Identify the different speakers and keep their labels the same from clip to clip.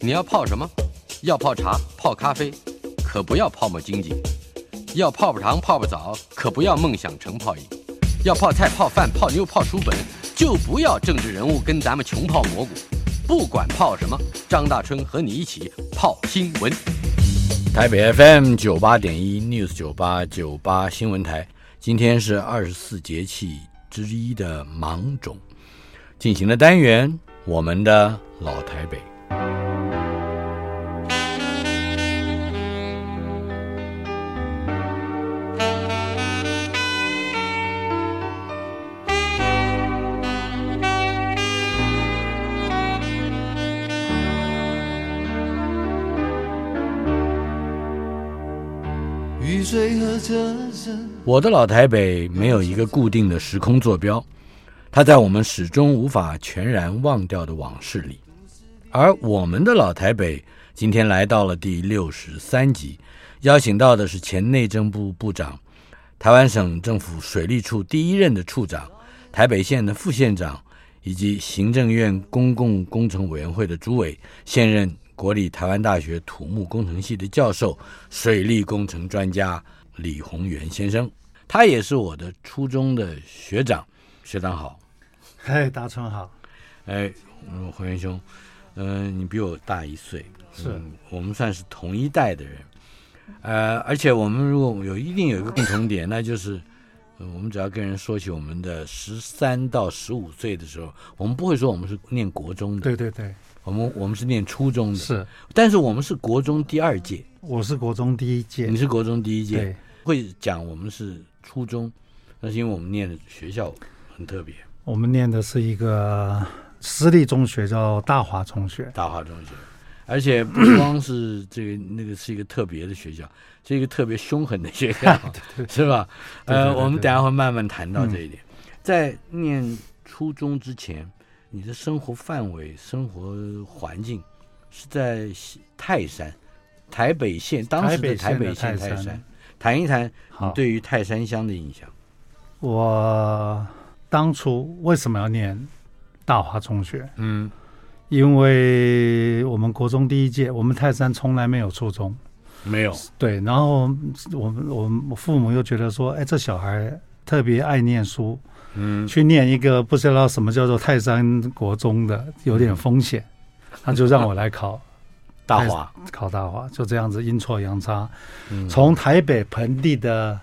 Speaker 1: 你要泡什么？要泡茶、泡咖啡，可不要泡沫经济；要泡泡糖、泡泡澡，可不要梦想成泡影；要泡菜、泡饭、泡妞、泡书本，就不要政治人物跟咱们穷泡蘑菇。不管泡什么，张大春和你一起泡新闻。
Speaker 2: 台北 FM 九八点一 News 九八九八新闻台，今天是二十四节气之一的芒种，进行的单元我们的老台北。
Speaker 3: 雨水和车声，
Speaker 2: 我的老台北没有一个固定的时空坐标，它在我们始终无法全然忘掉的往事里。而我们的老台北今天来到了第六十三集，邀请到的是前内政部部长、台湾省政府水利处第一任的处长、台北县的副县长，以及行政院公共工程委员会的主委，现任国立台湾大学土木工程系的教授、水利工程专家李宏源先生。他也是我的初中的学长，学长好。
Speaker 4: 嗨，大春好，
Speaker 2: 哎，嗯，洪元兄，嗯、你比我大一岁，
Speaker 4: 是
Speaker 2: 嗯我们算是同一代的人，呃，而且我们如果有一定有一个共 同点，那就是、呃我们只要跟人说起我们的十三到十五岁的时候，我们不会说我们是念国中的，
Speaker 4: 对对对，
Speaker 2: 我们我们是念初中的，
Speaker 4: 是，
Speaker 2: 但是我们是国中第二届，
Speaker 4: 我是国中第一届
Speaker 2: 你，是国中第一届，
Speaker 4: 嗯对，
Speaker 2: 会讲我们是初中，那是因为我们念的学校很特别，
Speaker 4: 我们念的是一个私立中学，叫大华中学，
Speaker 2: 大华中学，而且不光是这个那个是一个特别的学校， 是一个特别凶狠的 学校，是吧？
Speaker 4: 对对
Speaker 2: 呃，
Speaker 4: 对对嗯
Speaker 2: 我们等一下会慢慢谈到这一点。在念初中之前，你的生活范围、生活环境是在西泰山，台北县当时的台
Speaker 4: 台北县的泰
Speaker 2: 北县泰
Speaker 4: 山
Speaker 2: 山。谈一谈你
Speaker 4: 好，
Speaker 2: 对于泰山乡的印象。
Speaker 4: 我当初为什么要念大华中学？
Speaker 2: 嗯，
Speaker 4: 因为我们国中第一届，我们泰山从来没有初中，
Speaker 2: 没有，
Speaker 4: 对，然后我们我们我父母又觉得说，哎，这小孩特别爱念书，
Speaker 2: 嗯，
Speaker 4: 去念一个不知道什么叫做泰山国中的，有点风险，那就让我来考。
Speaker 2: 大华，
Speaker 4: 考大华，就这样子阴错阳差，
Speaker 2: 嗯
Speaker 4: 从台北盆地的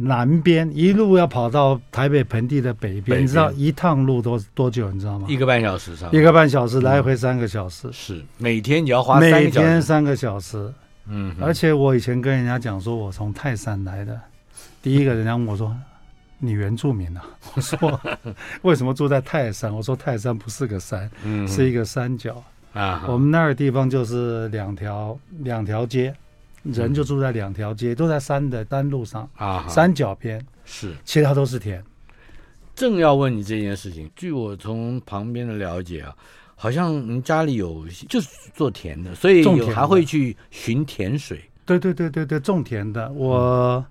Speaker 4: 南边一路要跑到台北盆地的北
Speaker 2: 北
Speaker 4: 边，
Speaker 2: 边
Speaker 4: 你知道一趟路多多久？你知道吗？
Speaker 2: 一个半小时上，
Speaker 4: 嗯一个半小时，来回三个小时，
Speaker 2: 是每天你要花三
Speaker 4: 每
Speaker 2: 个小
Speaker 4: 天
Speaker 2: 时，
Speaker 4: 三个小时。
Speaker 2: 嗯哼，
Speaker 4: 而且我以前跟人家讲说，我从泰山来的，第一个人家问我说。你原住民啊？ 我说为什么住在泰山？我说泰山不是个山，
Speaker 2: 嗯哼
Speaker 4: 是一个山脚。
Speaker 2: 啊，
Speaker 4: 我们那儿地方就是两条两条街，人就住在两条街，都在山的山路上、
Speaker 2: 嗯啊，
Speaker 4: 山脚边，
Speaker 2: 是
Speaker 4: 其他都是田。
Speaker 2: 正要问你这件事情。据我从旁边的了解啊，好像您家里有就是做田的，所以
Speaker 4: 种
Speaker 2: 有
Speaker 4: 田的
Speaker 2: 还会去寻田水。
Speaker 4: 对对对对对，种田的。
Speaker 2: 嗯
Speaker 4: 我、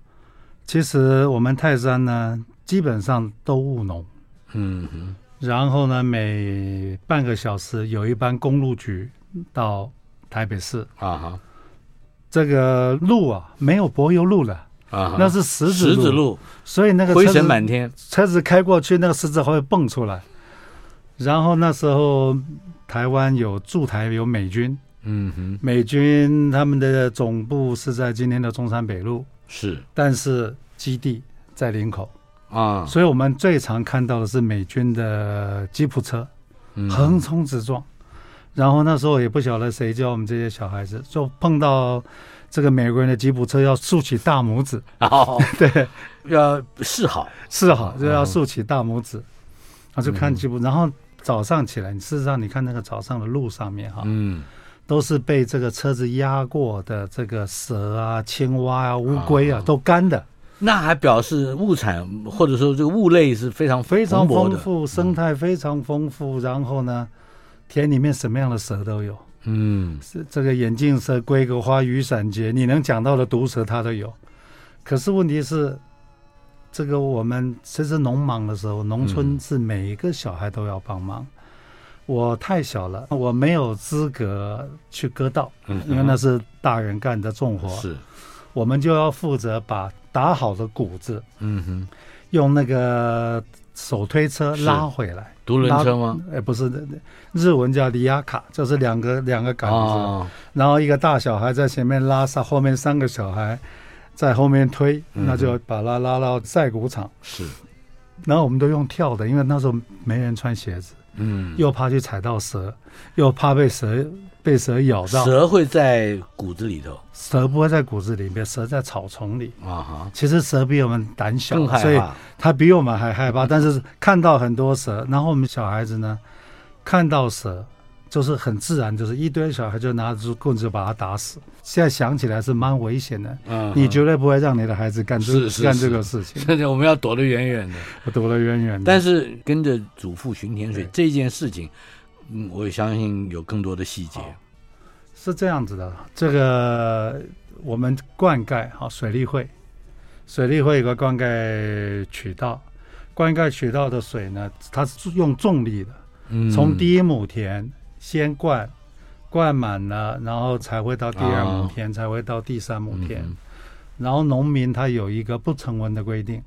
Speaker 4: 其实我们泰山呢，基本上都务农，
Speaker 2: 嗯哼，
Speaker 4: 然后呢，每半个小时有一班公路局到台北市。
Speaker 2: 啊哈
Speaker 4: 这个路啊，没有柏油路了，
Speaker 2: 啊哈，
Speaker 4: 那是石子
Speaker 2: 石
Speaker 4: 嗯路，
Speaker 2: 子路，
Speaker 4: 所以那个
Speaker 2: 灰
Speaker 4: 车子
Speaker 2: 尘满天。
Speaker 4: 车子开过去，那个石子还会蹦出来。然后那时候台湾有驻台有美军，
Speaker 2: 嗯哼，
Speaker 4: 美军他们的总部是在今天的中山北路，
Speaker 2: 是
Speaker 4: 但是基地在林口，
Speaker 2: 啊，
Speaker 4: 所以我们最常看到的是美军的吉普车
Speaker 2: 嗯
Speaker 4: 横冲直撞。然后那时候也不晓得谁教我们这些小孩子，就碰到这个美国人的吉普车要竖起大拇指，
Speaker 2: 好
Speaker 4: 对，
Speaker 2: 要示好
Speaker 4: 是哈，就要
Speaker 2: 嗯
Speaker 4: 竖起大拇指，啊，就看吉普，然后早上起来，事实上你看那个早上的路上面哈，
Speaker 2: 嗯
Speaker 4: 都是被这个车子压过的这个蛇啊、青蛙啊、乌龟啊，都干的，
Speaker 2: 那还表示物产或者说这个物类是非常
Speaker 4: 非常
Speaker 2: 蓬勃
Speaker 4: 丰
Speaker 2: 的，嗯
Speaker 4: 富，生态非常丰富。然后呢，田里面什么样的蛇都有，
Speaker 2: 嗯，
Speaker 4: 是这个眼镜蛇、龟壳花、雨伞节，你能讲到的毒蛇它都有。可是问题是，这个我们其实农忙的时候，农村是每一个小孩都要帮忙。我太小了，我没有资格去割稻，
Speaker 2: 嗯
Speaker 4: 因为那是大人干的重活。
Speaker 2: 是，
Speaker 4: 我们就要负责把打好的谷子
Speaker 2: 嗯哼，
Speaker 4: 用那个手推车
Speaker 2: 是
Speaker 4: 拉回来。
Speaker 2: 独轮车吗？
Speaker 4: 哎，不是，日文叫里亚卡，就是两个两个杆子，
Speaker 2: 哦，
Speaker 4: 然后一个大小孩在前面拉上，后面三个小孩在后面推，
Speaker 2: 嗯
Speaker 4: 那就把它拉到晒谷场。
Speaker 2: 是，
Speaker 4: 然后我们都用跳的，因为那时候没人穿鞋子，
Speaker 2: 嗯，
Speaker 4: 又怕去踩到蛇，又怕被蛇被蛇咬到。
Speaker 2: 嗯蛇会在骨子里头
Speaker 4: 蛇不会在谷子里面，蛇在草丛里。
Speaker 2: 啊哈，
Speaker 4: 其实蛇比我们胆小啊
Speaker 2: 更，害
Speaker 4: 所以
Speaker 2: 怕，
Speaker 4: 它比我们还害 怕。但是看到很多蛇，然后我们小孩子呢，看到蛇就是很自然，就是一堆小孩就拿着棍子把它打死。现在想起来是蛮危险的，
Speaker 2: 嗯
Speaker 4: 你绝对不会让你的孩子干这
Speaker 2: 是是
Speaker 4: 干
Speaker 2: 是
Speaker 4: 这个事情。
Speaker 2: 哼 我们要躲得远远的。
Speaker 4: 我躲得远远的。
Speaker 2: 但是跟着祖父巡田水这件事情，嗯，我相信有更多的细节。
Speaker 4: 是这样子的，这个我们灌溉哈水利会，水利会有个灌溉渠道，灌溉渠道的水呢，它是用重力的，
Speaker 2: 嗯
Speaker 4: 从第一亩田先灌，灌满了，然后才会到第二亩田，才会到第三亩田。
Speaker 2: 啊嗯
Speaker 4: 然后农民他有一个不成文的规定，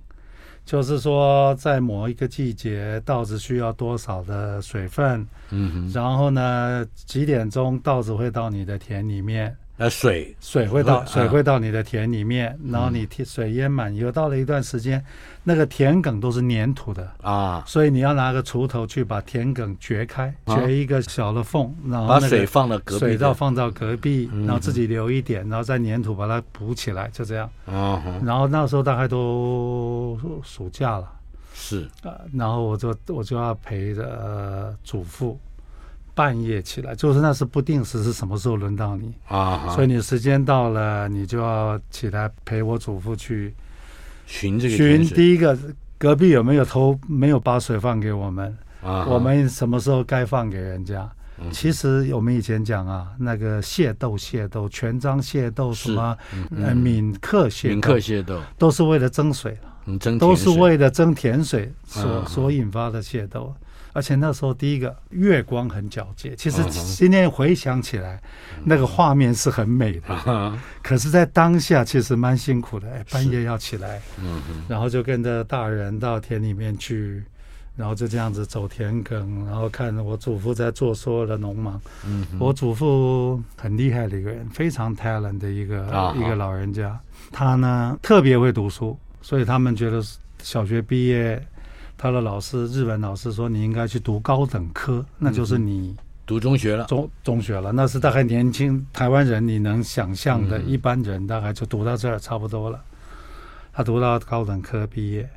Speaker 4: 就是说在某一个季节，稻子需要多少的水分，
Speaker 2: 嗯哼，
Speaker 4: 然后呢几点钟稻子会到你的田里面。
Speaker 2: 那水
Speaker 4: 水会到
Speaker 2: 会啊嗯
Speaker 4: 水会到你的田里面，然后你田水淹满以后，到了一段时间，那个田埂都是粘土的，
Speaker 2: 啊，
Speaker 4: 所以你要拿个锄头去把田埂掘开，
Speaker 2: 啊
Speaker 4: 掘一个小的缝，然后
Speaker 2: 把
Speaker 4: 那个
Speaker 2: 水放到隔壁嗯
Speaker 4: 水
Speaker 2: 的
Speaker 4: 稻放到隔壁，然后自己留一点，然后再粘土把它补起来，就这样。
Speaker 2: 嗯哼，
Speaker 4: 然后那时候大概都暑假了，
Speaker 2: 是
Speaker 4: 呃，然后我就我就要陪着、呃、祖父半夜起来，就是那是不定时是什么时候轮到你。
Speaker 2: 啊哈，
Speaker 4: 所以你时间到了，你就要起来陪我祖父去
Speaker 2: 寻这个
Speaker 4: 寻
Speaker 2: 田水
Speaker 4: 第一个隔壁有没有偷没有把水放给我们，
Speaker 2: 啊哈，嗯
Speaker 4: 我们什么时候该放给人家？其实我们以前讲啊，那个械斗、械斗、权章械斗什么，呃，闽客械
Speaker 2: 嗯闽
Speaker 4: 斗
Speaker 2: 客，械斗，
Speaker 4: 都是为了争水，
Speaker 2: 嗯，争
Speaker 4: 都
Speaker 2: 田
Speaker 4: 是
Speaker 2: 水
Speaker 4: 为了争甜水
Speaker 2: 嗯
Speaker 4: 所所引发的械斗。而且那时候第一个月光很皎洁，其实
Speaker 2: 嗯哼嗯
Speaker 4: 今天回想起来，那个画面是很美的
Speaker 2: 啊。哈，
Speaker 4: 可是，在当下其实蛮辛苦的，哎，半夜要起来，
Speaker 2: 嗯哼，
Speaker 4: 然后就跟着大人到田里面去，然后就这样子走田埂，然后看我祖父在做所有的农忙。
Speaker 2: 嗯
Speaker 4: 我祖父很厉害的一个人，非常 talent 的一个、
Speaker 2: 啊哈
Speaker 4: 一个老人家，他呢特别会读书，所以他们觉得小学毕业，他的老师日本老师说你应该去读高等科，那
Speaker 2: 嗯
Speaker 4: 就是你。
Speaker 2: 读中学了，
Speaker 4: 中中学了，那是大概年轻台湾人你能想象
Speaker 2: 嗯
Speaker 4: 的，一般人大概就读到这儿差不多了。他读到高等科毕业，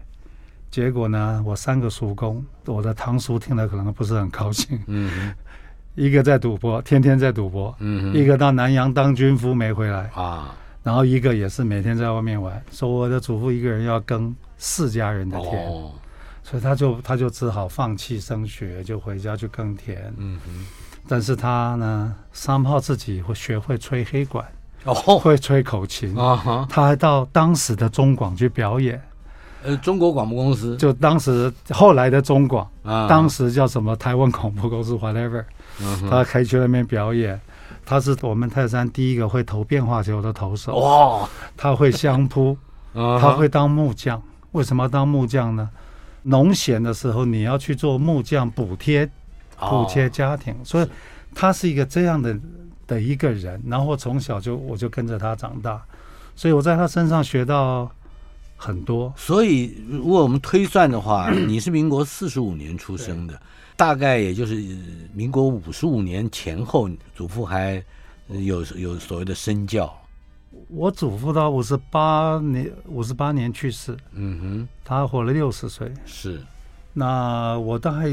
Speaker 4: 结果呢，我三个叔公，我的堂叔听了可能不是很高兴，
Speaker 2: 嗯哼，
Speaker 4: 一个在赌博，天天在赌博，
Speaker 2: 嗯
Speaker 4: 一个到南洋当军夫没回来，
Speaker 2: 哼，啊，
Speaker 4: 然后一个也是每天在外面玩，说我的祖父一个人要耕四家人的田，
Speaker 2: 哦，
Speaker 4: 所以他就他就只好放弃升学，就回家去耕田。
Speaker 2: 嗯哼，
Speaker 4: 但是他呢，三炮自己会学会吹黑管，
Speaker 2: 哦，
Speaker 4: 会吹口琴，
Speaker 2: 啊哈，
Speaker 4: 他还到当时的中广去表演，
Speaker 2: 呃，中国广播公司
Speaker 4: 就当时后来的中广，
Speaker 2: 啊，
Speaker 4: 当时叫什么台湾广播公司 whatever，
Speaker 2: 嗯哼
Speaker 4: 他可以去那边表演。他是我们泰山第一个会投变化球的投手，
Speaker 2: 哇，
Speaker 4: 他会相扑，
Speaker 2: 啊
Speaker 4: 他
Speaker 2: 哈
Speaker 4: 会当木匠。为什么要当木匠呢？农闲的时候你要去做木匠补贴
Speaker 2: 哦
Speaker 4: 补贴家庭，所以他是一个这样的的一个人。然后我从小就我就跟着他长大，所以我在他身上学到很多。
Speaker 2: 所以，如果我们推算的话，你是民国四十五年出生的，大概也就是呃民国五十五年前后，祖父还呃有有所谓的身教。
Speaker 4: 我祖父到五十八年五十八年去世，
Speaker 2: 嗯
Speaker 4: 他活了六十岁。
Speaker 2: 哼，是，
Speaker 4: 那我大概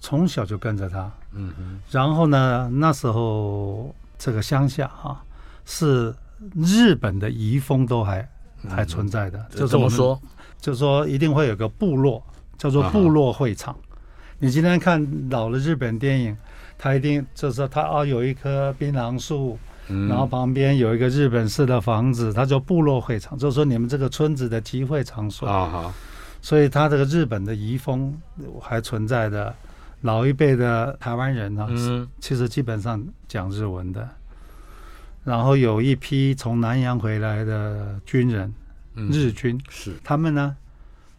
Speaker 4: 从小就跟着他，
Speaker 2: 嗯哼，
Speaker 4: 然后呢，那时候这个乡下哈、是日本的遗风都还
Speaker 2: 嗯
Speaker 4: 还存在的，就是
Speaker 2: 怎
Speaker 4: 我
Speaker 2: 么
Speaker 4: 们
Speaker 2: 说？啊
Speaker 4: 就说一定会有个部落，叫做部落会场。你今天看老的日本电影，它一定就是它啊有一棵槟榔树，
Speaker 2: 嗯
Speaker 4: 然后旁边有一个日本式的房子，它叫部落会场，就是说你们这个村子的集会场所。
Speaker 2: 啊哈，
Speaker 4: 所以它这个日本的遗风还存在的。老一辈的台湾人呢、
Speaker 2: 嗯
Speaker 4: 其实基本上讲日文的。然后有一批从南洋回来的军人，
Speaker 2: 嗯
Speaker 4: 日军，
Speaker 2: 是
Speaker 4: 他们呢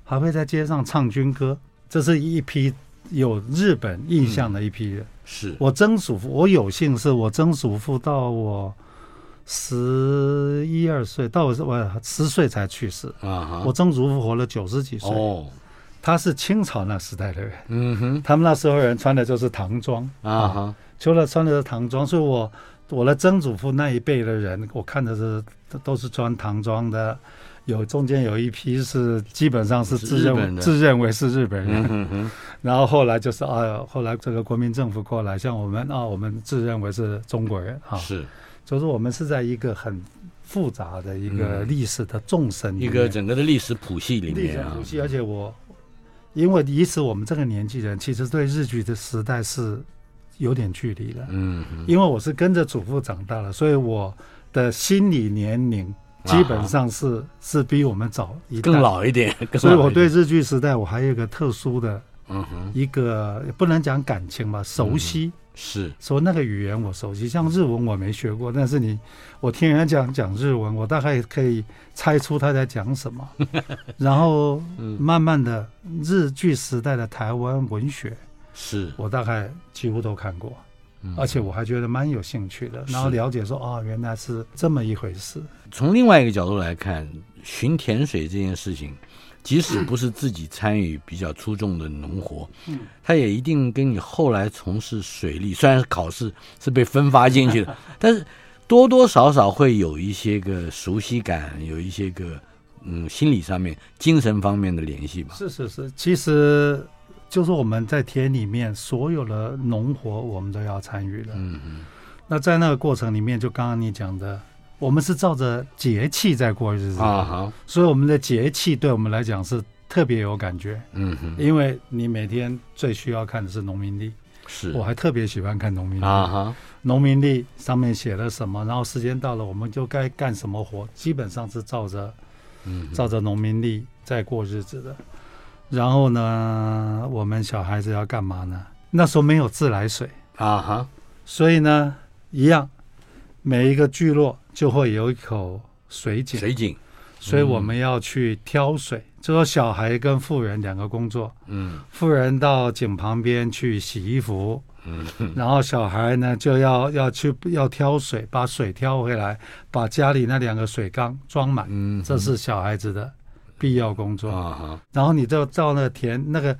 Speaker 4: 还会在街上唱军歌，这是一批有日本印象的一批人。
Speaker 2: 嗯是
Speaker 4: 我曾祖父，我有幸是我曾祖父到我十一二岁，到我我十岁才去世。
Speaker 2: 啊哈
Speaker 4: 我曾祖父活了九十几岁，
Speaker 2: 哦
Speaker 4: 他是清朝那时代的人，
Speaker 2: 嗯哼
Speaker 4: 他们那时候人穿的就是唐装，
Speaker 2: 啊哈
Speaker 4: 除了穿的是唐装，所以我我的曾祖父那一辈的人，我看的是都都是穿唐装的，有中间有一批是基本上是
Speaker 2: 是
Speaker 4: 自
Speaker 2: 日
Speaker 4: 认
Speaker 2: 本
Speaker 4: 为
Speaker 2: 的
Speaker 4: 自认为是日本人，
Speaker 2: 嗯哼哼
Speaker 4: 然后后来就是啊，后来这个国民政府过来，像我们啊，我们自认为是中国人啊，
Speaker 2: 是
Speaker 4: 就是我们是在一个很复杂的一个历史的纵深里
Speaker 2: 嗯一
Speaker 4: 面、
Speaker 2: 个整个的历史谱系里
Speaker 4: 历史
Speaker 2: 面啊
Speaker 4: 谱系，而且我因为以此我们这个年纪人，其实对日剧的时代是有点距离的，
Speaker 2: 嗯哼
Speaker 4: 因为我是跟着祖父长大的，所以我的心理年龄基本上是、是比我们早一代
Speaker 2: 更，老一点，更
Speaker 4: 所以
Speaker 2: 老
Speaker 4: 我
Speaker 2: 一
Speaker 4: 对
Speaker 2: 点
Speaker 4: 日剧时代我还有一个特殊的
Speaker 2: 嗯哼
Speaker 4: 一个也不能讲感情吧，熟悉。
Speaker 2: 是
Speaker 4: 说那个语言我熟悉，像日文我没学过，但是你我听人家讲讲日文，我大概可以猜出他在讲什 么。然后慢慢的日剧时代的台湾文学，
Speaker 2: 是
Speaker 4: 我大概几乎都看过，
Speaker 2: 嗯
Speaker 4: 而且我还觉得蛮有兴趣的。然后了解说哦，原来是这么一回事。
Speaker 2: 从另外一个角度来看，寻甜水这件事情，即
Speaker 4: 嗯
Speaker 2: 使不是自己参与比较出众的农活，嗯，它也一定跟你后来从事水利，虽然考试是被分发进 去的，但是多多少少会有一些个熟悉感，有一些个嗯心理上面、精神方面的联系吧。
Speaker 4: 是是是，其实就是我们在田里面所有的农活，我们都要参与的。
Speaker 2: 嗯嗯，
Speaker 4: 那在那个过程里面，就刚刚你讲的，我们是照着节气在过日子，
Speaker 2: 啊哈，
Speaker 4: 所以我们的节气对我们来讲是特别有感觉，
Speaker 2: 嗯哼，
Speaker 4: 因为你每天最需要看的是农民历，
Speaker 2: 是
Speaker 4: 我还特别喜欢看农民历。
Speaker 2: 啊哈，
Speaker 4: 农民历上面写了什么，然后时间到了，我们就该干什么活，基本上是照着
Speaker 2: 嗯
Speaker 4: 照着农民历在过日子的。然后呢，我们小孩子要干嘛呢？那时候没有自来水。
Speaker 2: 啊哈，
Speaker 4: 所以呢，一样，每一个聚落就会有一口水井，
Speaker 2: 水井，
Speaker 4: 所以我们要去挑水。就说小孩跟妇人两个工作，
Speaker 2: 嗯
Speaker 4: 妇人到井旁边去洗衣服，
Speaker 2: 嗯
Speaker 4: 然后小孩呢就要要去要挑水，把水挑回来，把家里那两个水缸装满，
Speaker 2: 嗯，
Speaker 4: 这是小孩子的必要工作。
Speaker 2: 啊哈，
Speaker 4: 然后你就照那个田那个，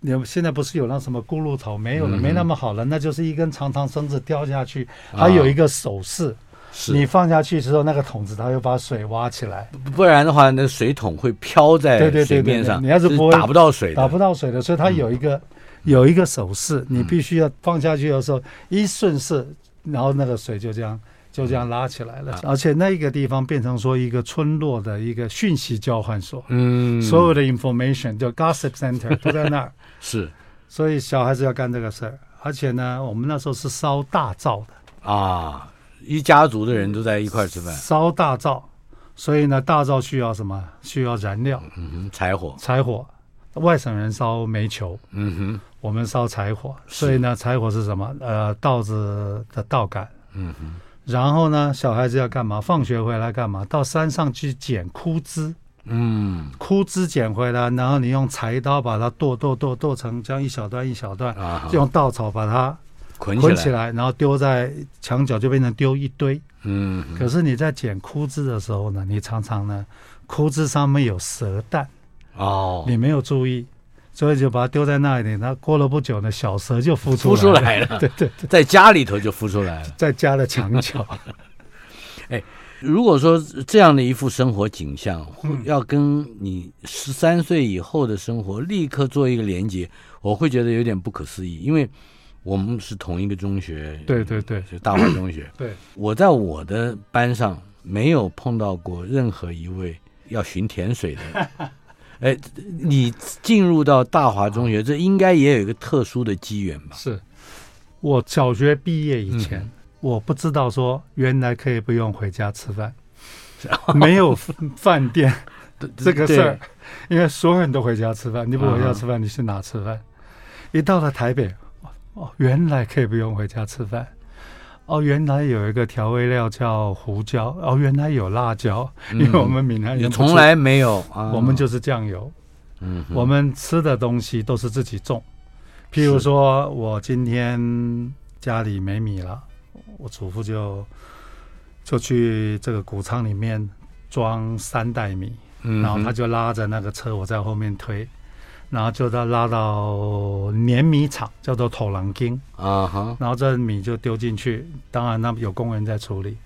Speaker 4: 你们现在不是有那什么咕噜头没有了，
Speaker 2: 嗯
Speaker 4: 没那么好了，那就是一根长长绳子掉下去，还有一个手势，
Speaker 2: 啊是
Speaker 4: 你放下去之后，那个桶子它会把水挖起来，
Speaker 2: 不然的话，那水桶会飘
Speaker 4: 对
Speaker 2: 在
Speaker 4: 对对
Speaker 2: 水面
Speaker 4: 对
Speaker 2: 上，
Speaker 4: 对你要是不会
Speaker 2: 打不到水的，嗯
Speaker 4: 打不到水的，所以它有一个有一个手势，你必须要放下去的时候一顺势，然后那个水就这样。就这样拉起来
Speaker 2: 嗯
Speaker 4: 了，而且那个地方变成说一个村落的一个讯息交换所，
Speaker 2: 嗯，
Speaker 4: 所有的 information 就 gossip center 都在那儿，
Speaker 2: 是
Speaker 4: 所以小孩子要干这个事儿。而且呢，我们那时候是烧大灶的，
Speaker 2: 啊，一家族的人都在一块儿吃饭，
Speaker 4: 烧大灶，所以呢，大灶需要什么？需要燃料、
Speaker 2: 嗯哼，柴火，
Speaker 4: 柴火。外省人烧煤球，
Speaker 2: 嗯
Speaker 4: 我们烧柴火，所以呢，柴火是什么？呃，稻子的稻杆。
Speaker 2: 嗯
Speaker 4: 哼。然后呢，小孩子要干嘛？放学回来干嘛？到山上去捡枯枝，
Speaker 2: 哼，嗯
Speaker 4: 枯枝捡回来，然后你用柴刀把它剁剁剁剁成这样一小段一小段，
Speaker 2: 啊哈，
Speaker 4: 用稻草把它
Speaker 2: 捆
Speaker 4: 捆
Speaker 2: 起
Speaker 4: 起，来，然后丢在墙角就变成丢一堆。
Speaker 2: 嗯哼
Speaker 4: 可是你在捡枯枝的时候呢，你常常呢，枯枝上面有蛇蛋，
Speaker 2: 哦，
Speaker 4: 你没有注意，所以就把它丢在那里。那过了不久呢，小蛇就孵出
Speaker 2: 孵出
Speaker 4: 来了，
Speaker 2: 来 了，
Speaker 4: 对对，
Speaker 2: 在家里头就孵出来了。
Speaker 4: 在家的墙 角。
Speaker 2: 如果说这样的一副生活景象，
Speaker 4: 嗯
Speaker 2: 要跟你十三岁以后的生活立刻做一个连接，我会觉得有点不可思议，因为我们是同一个中学，
Speaker 4: 对对对
Speaker 2: 就大华中学。
Speaker 4: 对，
Speaker 2: 我在我的班上没有碰到过任何一位要寻甜水的 人。哎，你进入到大华中学，这应该也有一个特殊的机缘吧？
Speaker 4: 是我小学毕业以
Speaker 2: 嗯
Speaker 4: 前，我不知道说原来可以不用回家吃 饭，没有饭店
Speaker 2: 啊
Speaker 4: 这个事儿，因为所有人都回家吃饭，你不回家吃饭，你去哪吃饭？一到了台北，哦，原来可以不用回家吃饭。哦，原来有一个调味料叫胡椒，哦，原来有辣椒，因为我们闽南
Speaker 2: 也
Speaker 4: 人不
Speaker 2: 嗯从
Speaker 4: 吃
Speaker 2: 来没有啊，
Speaker 4: 我们就是酱油，
Speaker 2: 嗯哼
Speaker 4: 我们吃的东西都是自己种。譬如说，我今天家里没米了，我祖父就就去这个谷仓里面装三袋米，
Speaker 2: 嗯哼
Speaker 4: 然后他就拉着那个车，我在后面推，然后就到拉到碾米厂，叫做土狼经，
Speaker 2: 啊哈，
Speaker 4: 然后这米就丢进去，当然那有工人在处理，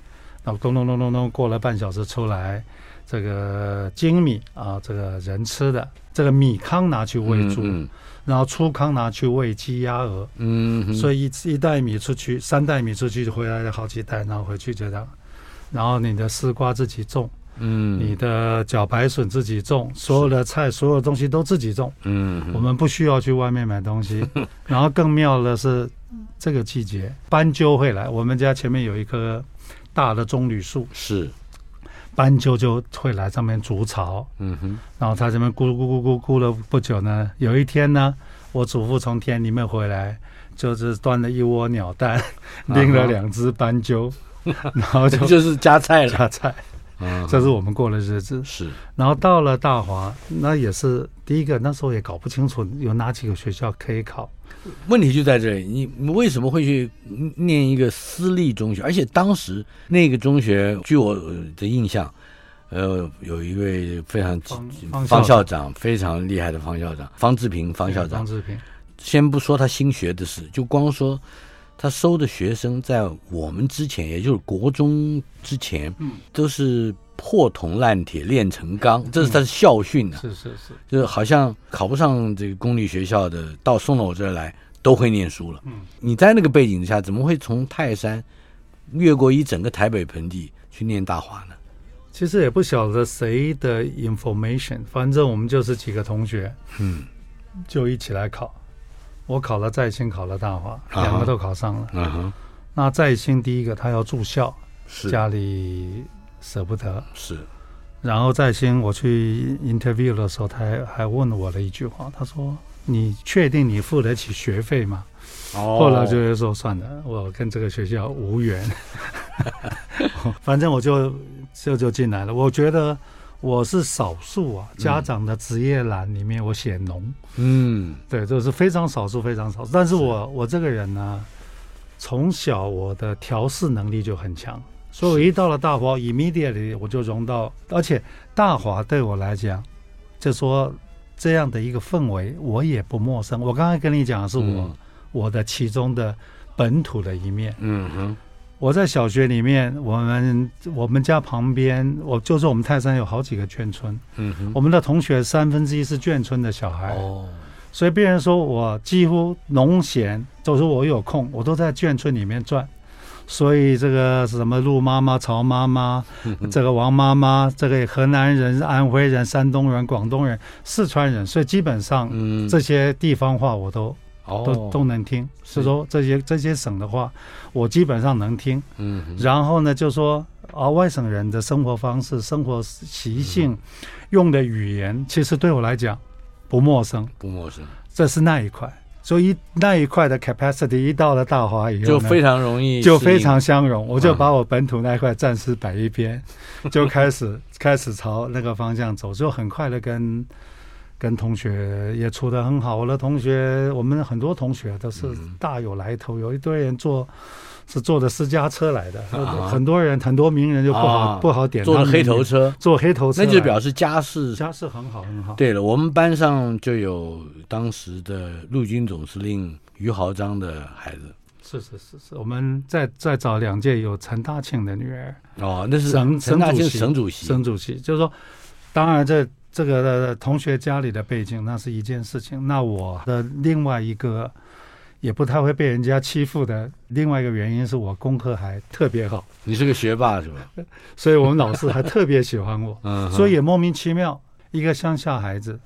Speaker 4: 然后咚咚咚咚咚过了半小时出来，这个精米啊，这个人吃的，这个米糠拿去喂猪，
Speaker 2: 嗯
Speaker 4: 然后粗糠拿去喂鸡鸭鹅，
Speaker 2: 嗯哼，
Speaker 4: 所以一一袋米出去，三袋米出去回来了好几袋，然后回去就这样，然后你的丝瓜自己种。
Speaker 2: 嗯
Speaker 4: 你的茭白笋自己种，所有的菜、所有东西都自己种，
Speaker 2: 嗯
Speaker 4: 我
Speaker 2: 哼
Speaker 4: 们不需要去外面买东 西。然后更妙的是，这个季节斑鸠会来，我们家前面有一棵大的棕榈树，
Speaker 2: 是
Speaker 4: 斑鸠就会来上面筑巢，
Speaker 2: 嗯哼
Speaker 4: 然后它这边咕噜咕噜咕噜咕了不久呢，有一天呢，我祖父从田里面回来，就是端了一窝鸟 蛋，拎
Speaker 2: 啊
Speaker 4: 了两只斑鸠，然后就
Speaker 2: 就是加菜了，
Speaker 4: 下菜，
Speaker 2: 嗯
Speaker 4: 这是我们过的日子。
Speaker 2: 是
Speaker 4: 然后到了大华，那也是第一个，那时候也搞不清楚有哪几个学校可以考。
Speaker 2: 问题就在这里，你你为什么会去念一个私立中学？而且当时那个中学，据我的印象，呃，有一位非常
Speaker 4: 方
Speaker 2: 方
Speaker 4: 方校
Speaker 2: 校长非常厉害的方校长，方志平方校长
Speaker 4: 张。志平，
Speaker 2: 先不说他新学的事，就光说他收的学生，在我们之前，也就是国中之前，都是破铜烂铁炼成钢，这是他的校训啊。
Speaker 4: 是是是，
Speaker 2: 就是好像考不上这个公立学校的，到送到我这儿来都会念书了。
Speaker 4: 嗯，
Speaker 2: 你在那个背景之下，怎么会从泰山越过一整个台北盆地去念大华呢？
Speaker 4: 其实也不晓得谁的 information，反正我们就是几个同学，
Speaker 2: 嗯，
Speaker 4: 就一起来考。我考了在兴，考了大华，
Speaker 2: 啊哈
Speaker 4: 两个都考上了。
Speaker 2: 嗯哼，
Speaker 4: 那在兴第一个他要住校，
Speaker 2: 是
Speaker 4: 家里舍不得。
Speaker 2: 是，
Speaker 4: 然后在兴我去 interview 的时候，他还还问我了一句话，他说：“你确定你付得起学费吗？”
Speaker 2: 哦
Speaker 4: 后来就是说算了，我跟这个学校无缘， 反正我就就就进来了。我觉得我是少数啊，家长的职业栏里面我写农，
Speaker 2: 嗯
Speaker 4: 对，这是非常少数，非常少数。但是我我这个人呢，从小我的调试能力就很强，所以我一到了大华，immediately 我就融到，而且大华对我来讲，就说这样的一个氛围我也不陌生。我刚才跟你讲的是我、
Speaker 2: 嗯
Speaker 4: 我的其中的本土的一面。
Speaker 2: 嗯哼
Speaker 4: 我在小学里面，我们我们家旁边，我就是我们泰山有好几个眷村，
Speaker 2: 嗯哼，
Speaker 4: 我们的同学三分之一是眷村的小孩。
Speaker 2: 哦
Speaker 4: 所以别人说我几乎农闲，就是我有空，我都在眷村里面转。所以这个什么陆妈妈、曹妈 妈，这个王妈妈，这个河南人、安徽人、山东人、广东人、四川人，所以基本上
Speaker 2: 嗯
Speaker 4: 这些地方话我都
Speaker 2: 哦
Speaker 4: 都都能听，是说这些这些省的话，我基本上能听。
Speaker 2: 嗯哼
Speaker 4: 然后呢，就说啊，外省人的生活方式、生活习
Speaker 2: 嗯
Speaker 4: 性、用的语言，其实对我来讲不陌生。
Speaker 2: 不陌生，
Speaker 4: 这是那一块，所以那一块的 capacity 一到了大华以后
Speaker 2: 就
Speaker 4: 呢
Speaker 2: 非常啊容易适
Speaker 4: 就
Speaker 2: 应，
Speaker 4: 非常相容，我就把我本土那一块暂时摆一 边，就开始开始朝那个方向走，就很快的跟跟同学也处得很好。我的同学，我们很多同学都是
Speaker 2: 嗯
Speaker 4: 大有来头，有一堆人坐是坐的私家车来的，
Speaker 2: 啊
Speaker 4: 很多人很多名人就不好、
Speaker 2: 啊
Speaker 4: 不好点他
Speaker 2: 坐
Speaker 4: 们
Speaker 2: 了
Speaker 4: 名字，
Speaker 2: 黑头车，
Speaker 4: 坐黑头车
Speaker 2: 那
Speaker 4: 来，
Speaker 2: 就表示家世
Speaker 4: 家世很好很好。
Speaker 2: 对了，我们班上就有当时的陆军总司令于豪章的孩子。
Speaker 4: 是是是是，我们再再早两届有陈大庆的女儿，
Speaker 2: 哦，那是
Speaker 4: 省
Speaker 2: 陈
Speaker 4: 省
Speaker 2: 大
Speaker 4: 主
Speaker 2: 庆
Speaker 4: 席，
Speaker 2: 省主席。
Speaker 4: 省主席，就是说，当然这这个呃同学家里的背景那是一件事情，那我的另外一个也不太会被人家欺负的另外一个原因是我功课还特别好，
Speaker 2: 你是个学霸是吧？，
Speaker 4: 所以我们老师还特别喜欢我
Speaker 2: 嗯哼
Speaker 4: 所以也莫名其妙一个乡下孩子，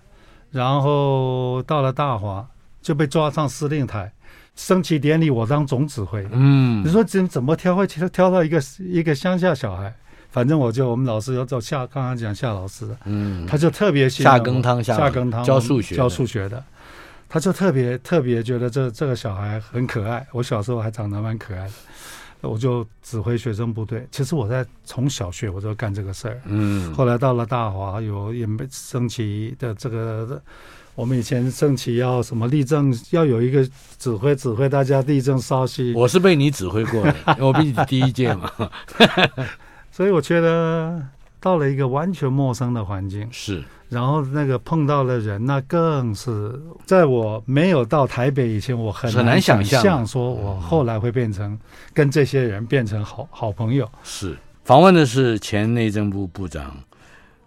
Speaker 4: 然后到了大华就被抓上司令台，升旗典礼我当总指挥，
Speaker 2: 嗯
Speaker 4: 你，说怎怎么挑会挑挑到一个一个乡下小孩？反正我就我们老师要找夏，刚刚讲夏老师，
Speaker 2: 嗯，
Speaker 4: 他就特别喜欢
Speaker 2: 夏
Speaker 4: 我
Speaker 2: 羹汤夏
Speaker 4: 夏羹汤
Speaker 2: 教
Speaker 4: 我们
Speaker 2: 数学的
Speaker 4: 教数学的，他就特别特别觉得这这个小孩很可爱。我小时候还长得蛮可爱的，我就指挥学生部队。其实我在从小学我就干这个事儿，
Speaker 2: 嗯，
Speaker 4: 后来到了大华有也没升旗的这个，我们以前升旗要什么立正，要有一个指挥指挥大家立正稍息。
Speaker 2: 我是被你指挥 过的，因为我比你第一届嘛，
Speaker 4: 所以我觉得到了一个完全陌生的环境，
Speaker 2: 是
Speaker 4: 然后那个碰到的人，那更是在我没有到台北以前，我很
Speaker 2: 很难
Speaker 4: 难
Speaker 2: 想
Speaker 4: 想
Speaker 2: 象
Speaker 4: 象说我后来会变成跟这些人变成好好朋友。
Speaker 2: 是。访问的是前内政部部长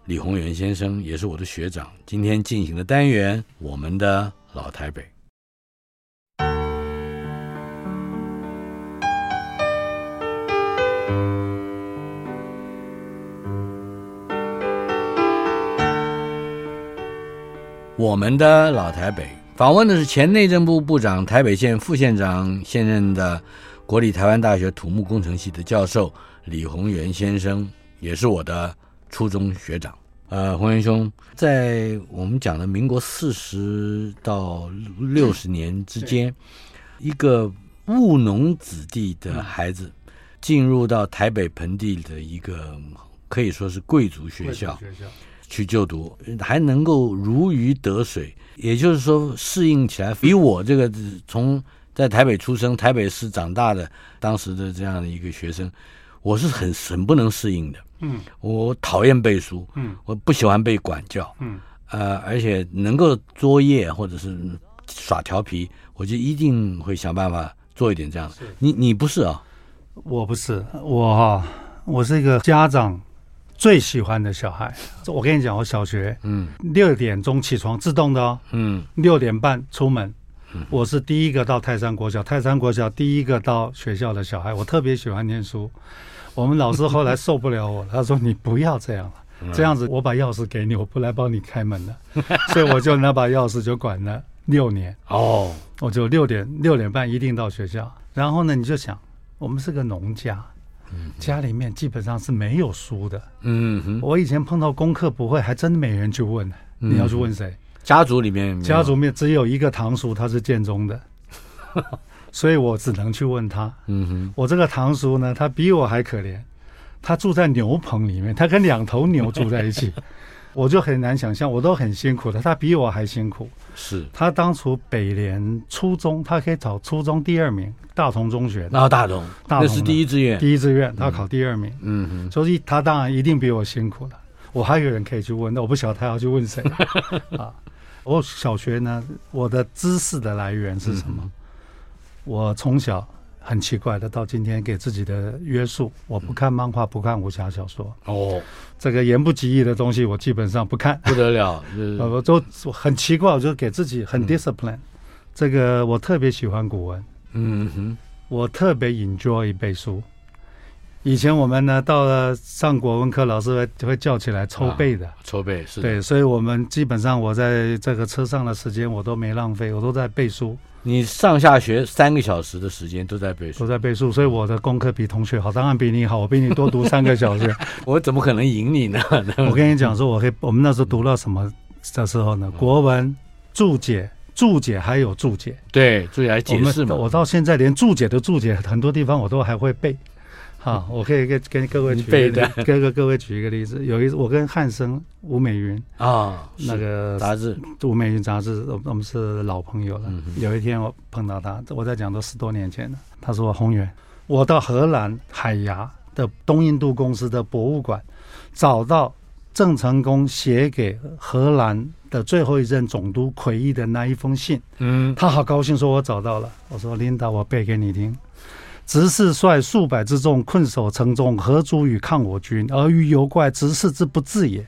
Speaker 2: 李鸿源先生，也是我的学长。今天进行的单元，我们的老台北。我们的老台北访问的是前内政部部长、台北县副县长，现任的国立台湾大学土木工程系的教授李宏源先生，也是我的初中学长。呃，宏源兄，在我们讲的民国四十到六十年之间，一个务农子弟的孩子进入到台北盆地的一个可以说是贵族学校，
Speaker 4: 学校，
Speaker 2: 去就读，还能够如鱼得水，也就是说适应起来，比我这个呃从在台北出生、台北市长大的当时的这样的一个学生，我是很很不能适应的。
Speaker 4: 嗯
Speaker 2: 我讨厌背书，
Speaker 4: 嗯
Speaker 2: 我不喜欢被管教，
Speaker 4: 嗯，
Speaker 2: 呃，而且能够作业或者是耍调皮，我就一定会想办法做一点这样的。你你不是啊？
Speaker 4: 我不是我哈、我是一个家长最喜欢的小孩。我跟你讲，我小学
Speaker 2: 嗯
Speaker 4: 六点钟起床，自动的哦，
Speaker 2: 嗯
Speaker 4: 六点半出门。我是第一个到泰山国小，泰山国小第一个到学校的小孩，我特别喜欢念书。我们老师后来受不了我，他说：“你不要这样
Speaker 2: 嗯
Speaker 4: 了，这样子我把钥匙给你，我不来帮你开门了。”所以我就拿把钥匙就管了六年，
Speaker 2: 哦
Speaker 4: 我就六点六点半一定到学校。然后呢，你就想，我们是个农家，家里面基本上是没有书的。
Speaker 2: 嗯哼，
Speaker 4: 我以前碰到功课不会，还真没人去问，你要去问谁？
Speaker 2: 家族里面有没有
Speaker 4: 家族面只有一个堂叔，他是建中的，所以我只能去问他。
Speaker 2: 嗯哼
Speaker 4: 我这个堂叔呢，他比我还可怜，他住在牛棚里面，他跟两头牛住在一起，我就很难想象，我都很辛苦的，他比我还辛苦。
Speaker 2: 是，
Speaker 4: 他当初北联初中，他可以考初中第二名，大同中学
Speaker 2: 然后大同，
Speaker 4: 大
Speaker 2: 那
Speaker 4: 同
Speaker 2: 是
Speaker 4: 的
Speaker 2: 第一志愿。
Speaker 4: 第一志愿，他考第二名，
Speaker 2: 嗯哼，
Speaker 4: 所以他当然一定比我辛苦了。我还有人可以去问，那我不晓得他要去问谁 啊。我小学呢，我的知识的来源是什么？
Speaker 2: 嗯
Speaker 4: 我从小很奇怪的，到今天给自己的约束，我
Speaker 2: 嗯
Speaker 4: 不看漫画，不看武侠小说，
Speaker 2: 哦，
Speaker 4: 这个言不及义的东西我基本上不看。
Speaker 2: 不得了，就是
Speaker 4: 呃，我都我很奇怪，我就给自己很 discipline。这个我特别喜欢古文，
Speaker 2: 嗯哼，
Speaker 4: 我特别 enjoy 背书。以前我们呢，到了上国文课，老师会会叫起来抽背的，
Speaker 2: 筹备啊是。，
Speaker 4: 对，所以我们基本上我在这个车上的时间我都没浪费，我都在背书，
Speaker 2: 你上下学三个小时的时间都在背
Speaker 4: 都
Speaker 2: 书，
Speaker 4: 在背书，所以我的功课比同学好，当然比你好，我比你多读三个小 时。
Speaker 2: 我怎么可能 赢你呢？
Speaker 4: 我跟你讲说，我可以，我们那时候读到什么的时候呢？
Speaker 2: 嗯
Speaker 4: 国文注解、注解还有注解，
Speaker 2: 对，注意来
Speaker 4: 我
Speaker 2: 解
Speaker 4: 们
Speaker 2: 释嘛。
Speaker 4: 我到现在连注解的注解，很多地方我都还会 背。哈，我可以给跟各位
Speaker 2: 你
Speaker 4: 举一
Speaker 2: 背
Speaker 4: 个
Speaker 2: 的
Speaker 4: 例跟各各位举一个例子。有一次我跟汉生、吴美云
Speaker 2: 啊，是
Speaker 4: 那个
Speaker 2: 杂志，
Speaker 4: 吴美云杂志，我我们是老朋友了。
Speaker 2: 嗯
Speaker 4: 有一天我碰到他，我在讲都十多年前了。他说：“宏源，我到荷兰海牙的东印度公司的博物馆，找到郑成功写给荷兰的最后一任总督奎义的那一封信。”
Speaker 2: 嗯，
Speaker 4: 他好高兴，说我找到了。我说琳达，我背给你听。执事率数百之众，困守城中，何足与抗我军？而于犹怪执事之不治也。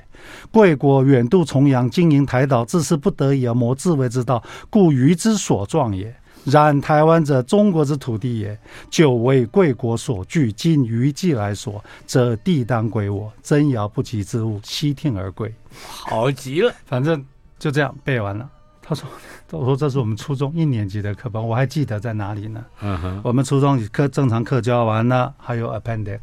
Speaker 4: 贵国远渡重洋，经营台岛，自是不得已而谋自卫之道，故愚之所壮也。然台湾者，中国之土地也，久为贵国所据，今于既来所，则地当归我。真遥不及之物，悉听而归。
Speaker 2: 好极了，
Speaker 4: 反正就这样背完了。他说：“ 我说这是我们初中一年级的课本，我还记得在哪里呢？
Speaker 2: 嗯哼，
Speaker 4: 我们初中课正常课教完了，还有 appendix，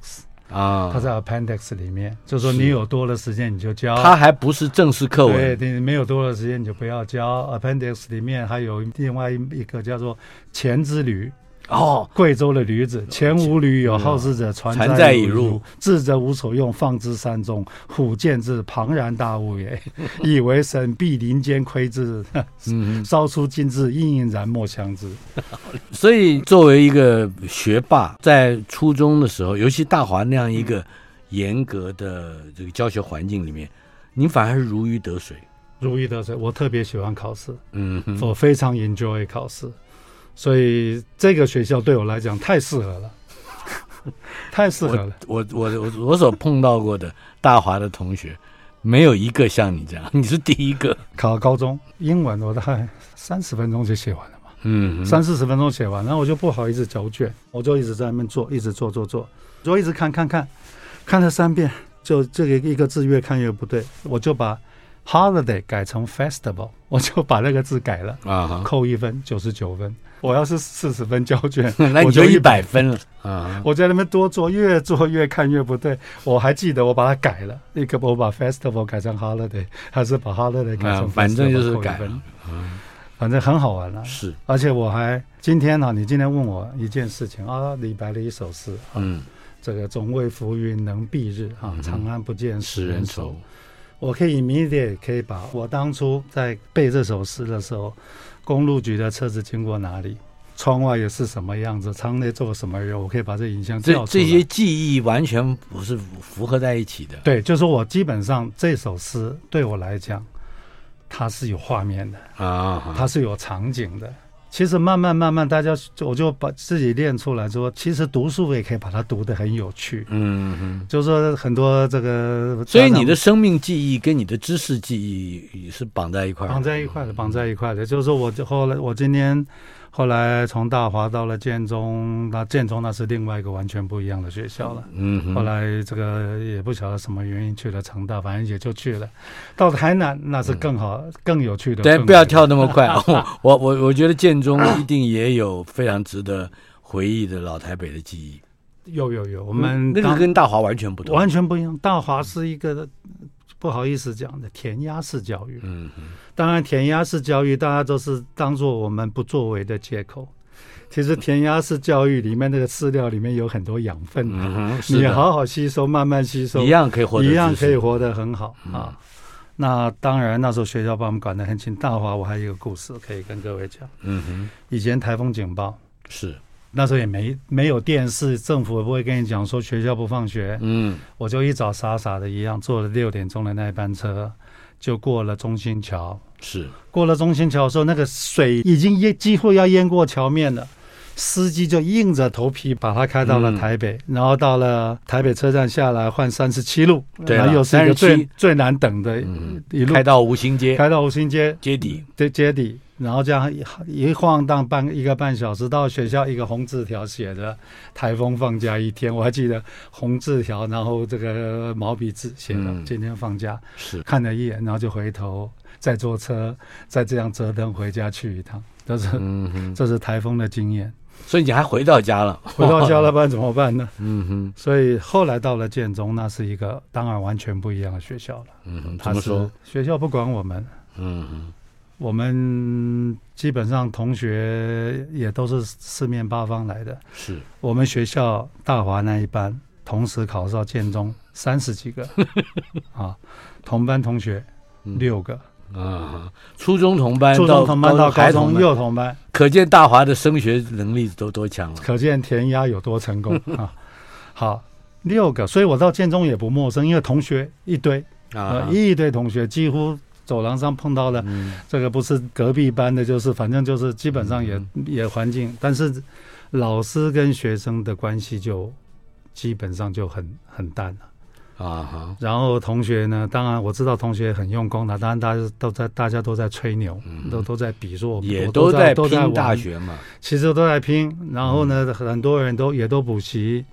Speaker 2: 啊
Speaker 4: 它在 appendix 里面，就说你有多的时间你就教。
Speaker 2: 它还不是正式课
Speaker 4: 对，
Speaker 2: 文
Speaker 4: 你没有多的时间你就不要教。appendix 里面还有另外一个叫做前之驴，
Speaker 2: 哦，
Speaker 4: 贵州的驴子，前无驴友，好事者传
Speaker 2: 传载已
Speaker 4: 已
Speaker 2: 入，
Speaker 4: 智者无所用，放之山中。虎见之，庞然大物 也，以为神，必林间窥之。 烧出金字，应应然莫相知。
Speaker 2: 所以作为一个学霸，在初中的时候，尤其大华那样一
Speaker 4: 嗯
Speaker 2: 个严格的这个教学环境里面，你反而如鱼得水。
Speaker 4: 如鱼得水。我特别喜欢考试，
Speaker 2: 嗯哼，
Speaker 4: 我非常 enjoy 考试，所以这个学校对我来讲太适合 了，太适合了。
Speaker 2: 我我我我所碰到过的大华的同学，没有一个像你这样，你是第一个。
Speaker 4: 考高中英文，我大概三十分钟就写完了。
Speaker 2: 嗯
Speaker 4: 三四十分钟写完，然后我就不好意思交卷，我就一直在那边做，一直做做做，就一直看看看，看了三遍，就这个一个字越看越不对，我就把 holiday 改成 festival，我就把那个字改了，
Speaker 2: 啊哈，，
Speaker 4: 扣一分，九十九分。我要是四十分交卷
Speaker 2: 那
Speaker 4: 我
Speaker 2: 你就一
Speaker 4: 一
Speaker 2: 百分了啊
Speaker 4: 我在那边多做，越做越看越不对。我还记得我把它改了，那个我把 festival 改成 holiday，还是把 holiday 改
Speaker 2: 啊
Speaker 4: 成 festival，、，
Speaker 2: 反正就是改
Speaker 4: 分
Speaker 2: 了，，嗯
Speaker 4: 反正很好玩啊了、
Speaker 2: 是，
Speaker 4: 而且我还今天呢、你今天问我一件事情啊，李白的一首诗，
Speaker 2: 嗯，
Speaker 4: 这个“总为浮云能蔽日，啊，长安不见
Speaker 2: 使
Speaker 4: 使
Speaker 2: 人
Speaker 4: 人
Speaker 2: 愁
Speaker 4: 愁”。。我可以 immediate 可以把我当初在背这首诗的时候，公路局的车子经过哪里，窗外也是什么样子，舱内坐什么人，我可以把这影像
Speaker 2: 这
Speaker 4: 调出来
Speaker 2: 这些记忆完全不是符合在一起的。
Speaker 4: 对，就是我基本上这首诗对我来讲，它是有画面的。
Speaker 2: 啊哈，
Speaker 4: 它是有场景的。其实慢慢慢慢，大家就我就把自己练出来说，其实读书也可以把它读得很有趣。
Speaker 2: 嗯哼，
Speaker 4: 就是说很多这个，
Speaker 2: 所以你的生命记忆跟你的知识记忆也是绑在一块儿的。
Speaker 4: 绑在一块的，绑在一块的。就是说我就后来我今天后来从大华到了建中，那建中那是另外一个完全不一样的学校了。
Speaker 2: 嗯哼，
Speaker 4: 后来这个也不晓得什么原因去了成大，反正也就去了。到台南那是更好、更有趣的氛围。
Speaker 2: 嗯对，不要跳那么 快。我我我我觉得建中一定也有非常值得回忆的老台北的记忆。
Speaker 4: 有有有，我
Speaker 2: 我
Speaker 4: 们
Speaker 2: 嗯那个
Speaker 4: 当
Speaker 2: 跟大华完全不同。
Speaker 4: 完全不一样。大华是一个不好意思讲的填鸭式教育，
Speaker 2: 嗯哼，
Speaker 4: 当然填鸭式教育大家都是当做我们不作为的借口。其实填鸭式教育里面那个饲料里面有很多养分，
Speaker 2: 嗯哼，是
Speaker 4: 你
Speaker 2: 的，
Speaker 4: 好好吸收，慢慢吸收，
Speaker 2: 一样可以获得嗯
Speaker 4: 一样
Speaker 2: 知识
Speaker 4: 可以活得很好、啊。那当然，那时候学校把我们管得很紧。大华，我还有一个故事可以跟各位讲。
Speaker 2: 嗯哼，
Speaker 4: 以前台风警报，
Speaker 2: 是，
Speaker 4: 那时候也没没有电视，政府也不会跟你讲说学校不放学。
Speaker 2: 嗯
Speaker 4: 我就一早傻傻的一样坐了六点钟的那一班车，就过了中心桥。
Speaker 2: 是，
Speaker 4: 过了中心桥的时候，那个水已经淹，几乎要淹过桥面了。司机就硬着头皮把它开到
Speaker 2: 嗯
Speaker 4: 了台北，然后到了台北车站下来换三十七路，
Speaker 2: 对
Speaker 4: 然后
Speaker 2: 了
Speaker 4: 又是一个
Speaker 2: 37
Speaker 4: 最最难等的
Speaker 2: 嗯
Speaker 4: 一路
Speaker 2: 开到吴兴街
Speaker 4: 开到五星街
Speaker 2: 街底，
Speaker 4: 的街底，然后这样一一晃荡半一个半小时，到学校一个红字条写的“台风放假一天”，我还记得红字条，然后这个毛笔字写的、
Speaker 2: 嗯
Speaker 4: 今天放假，
Speaker 2: 是
Speaker 4: 看了一眼，然后就回头再坐车，再这样折腾回家去一趟，这是、
Speaker 2: 嗯 哼，
Speaker 4: 这是台风的经验。
Speaker 2: 所以你还回到家了，
Speaker 4: 回到家了，不然怎么办呢？
Speaker 2: 嗯哼，
Speaker 4: 所以后来到了建中，那是一个当然完全不一样的学校了。
Speaker 2: 嗯哼，
Speaker 4: 他
Speaker 2: 怎么说？？
Speaker 4: 学校不管我们，
Speaker 2: 嗯哼，
Speaker 4: 我们基本上同学也都是四面八方来的。
Speaker 2: 是，
Speaker 4: 我们学校大华那一班，同时考上建中三十几 个啊，同班同学
Speaker 2: 嗯
Speaker 4: 六个，
Speaker 2: 啊，初中同班
Speaker 4: 初
Speaker 2: 到
Speaker 4: 中同班到高
Speaker 2: 还
Speaker 4: 中
Speaker 2: 同班，
Speaker 4: 又同班，
Speaker 2: 可见大华的升学能力都多强了。
Speaker 4: 可见填鸭有多成功啊！好，六个，所以我到建中也不陌生，因为同学一堆，
Speaker 2: 啊
Speaker 4: 呃，，一堆同学几乎。走廊上碰到了
Speaker 2: 嗯
Speaker 4: 这个不是隔壁班的，就是反正就是基本上也、
Speaker 2: 嗯
Speaker 4: 也环境，但是老师跟学生的关系就基本上就很很淡了。
Speaker 2: 啊哈，
Speaker 4: 然后同学呢，当然我知道同学很用功的，当然大家都在大家都在吹牛，都都在比说，我们
Speaker 2: 嗯也
Speaker 4: 我都
Speaker 2: 在
Speaker 4: 都在
Speaker 2: 拼大
Speaker 4: 玩
Speaker 2: 学嗯嘛，
Speaker 4: 其实都在拼，然后呢，很多人都也都补习。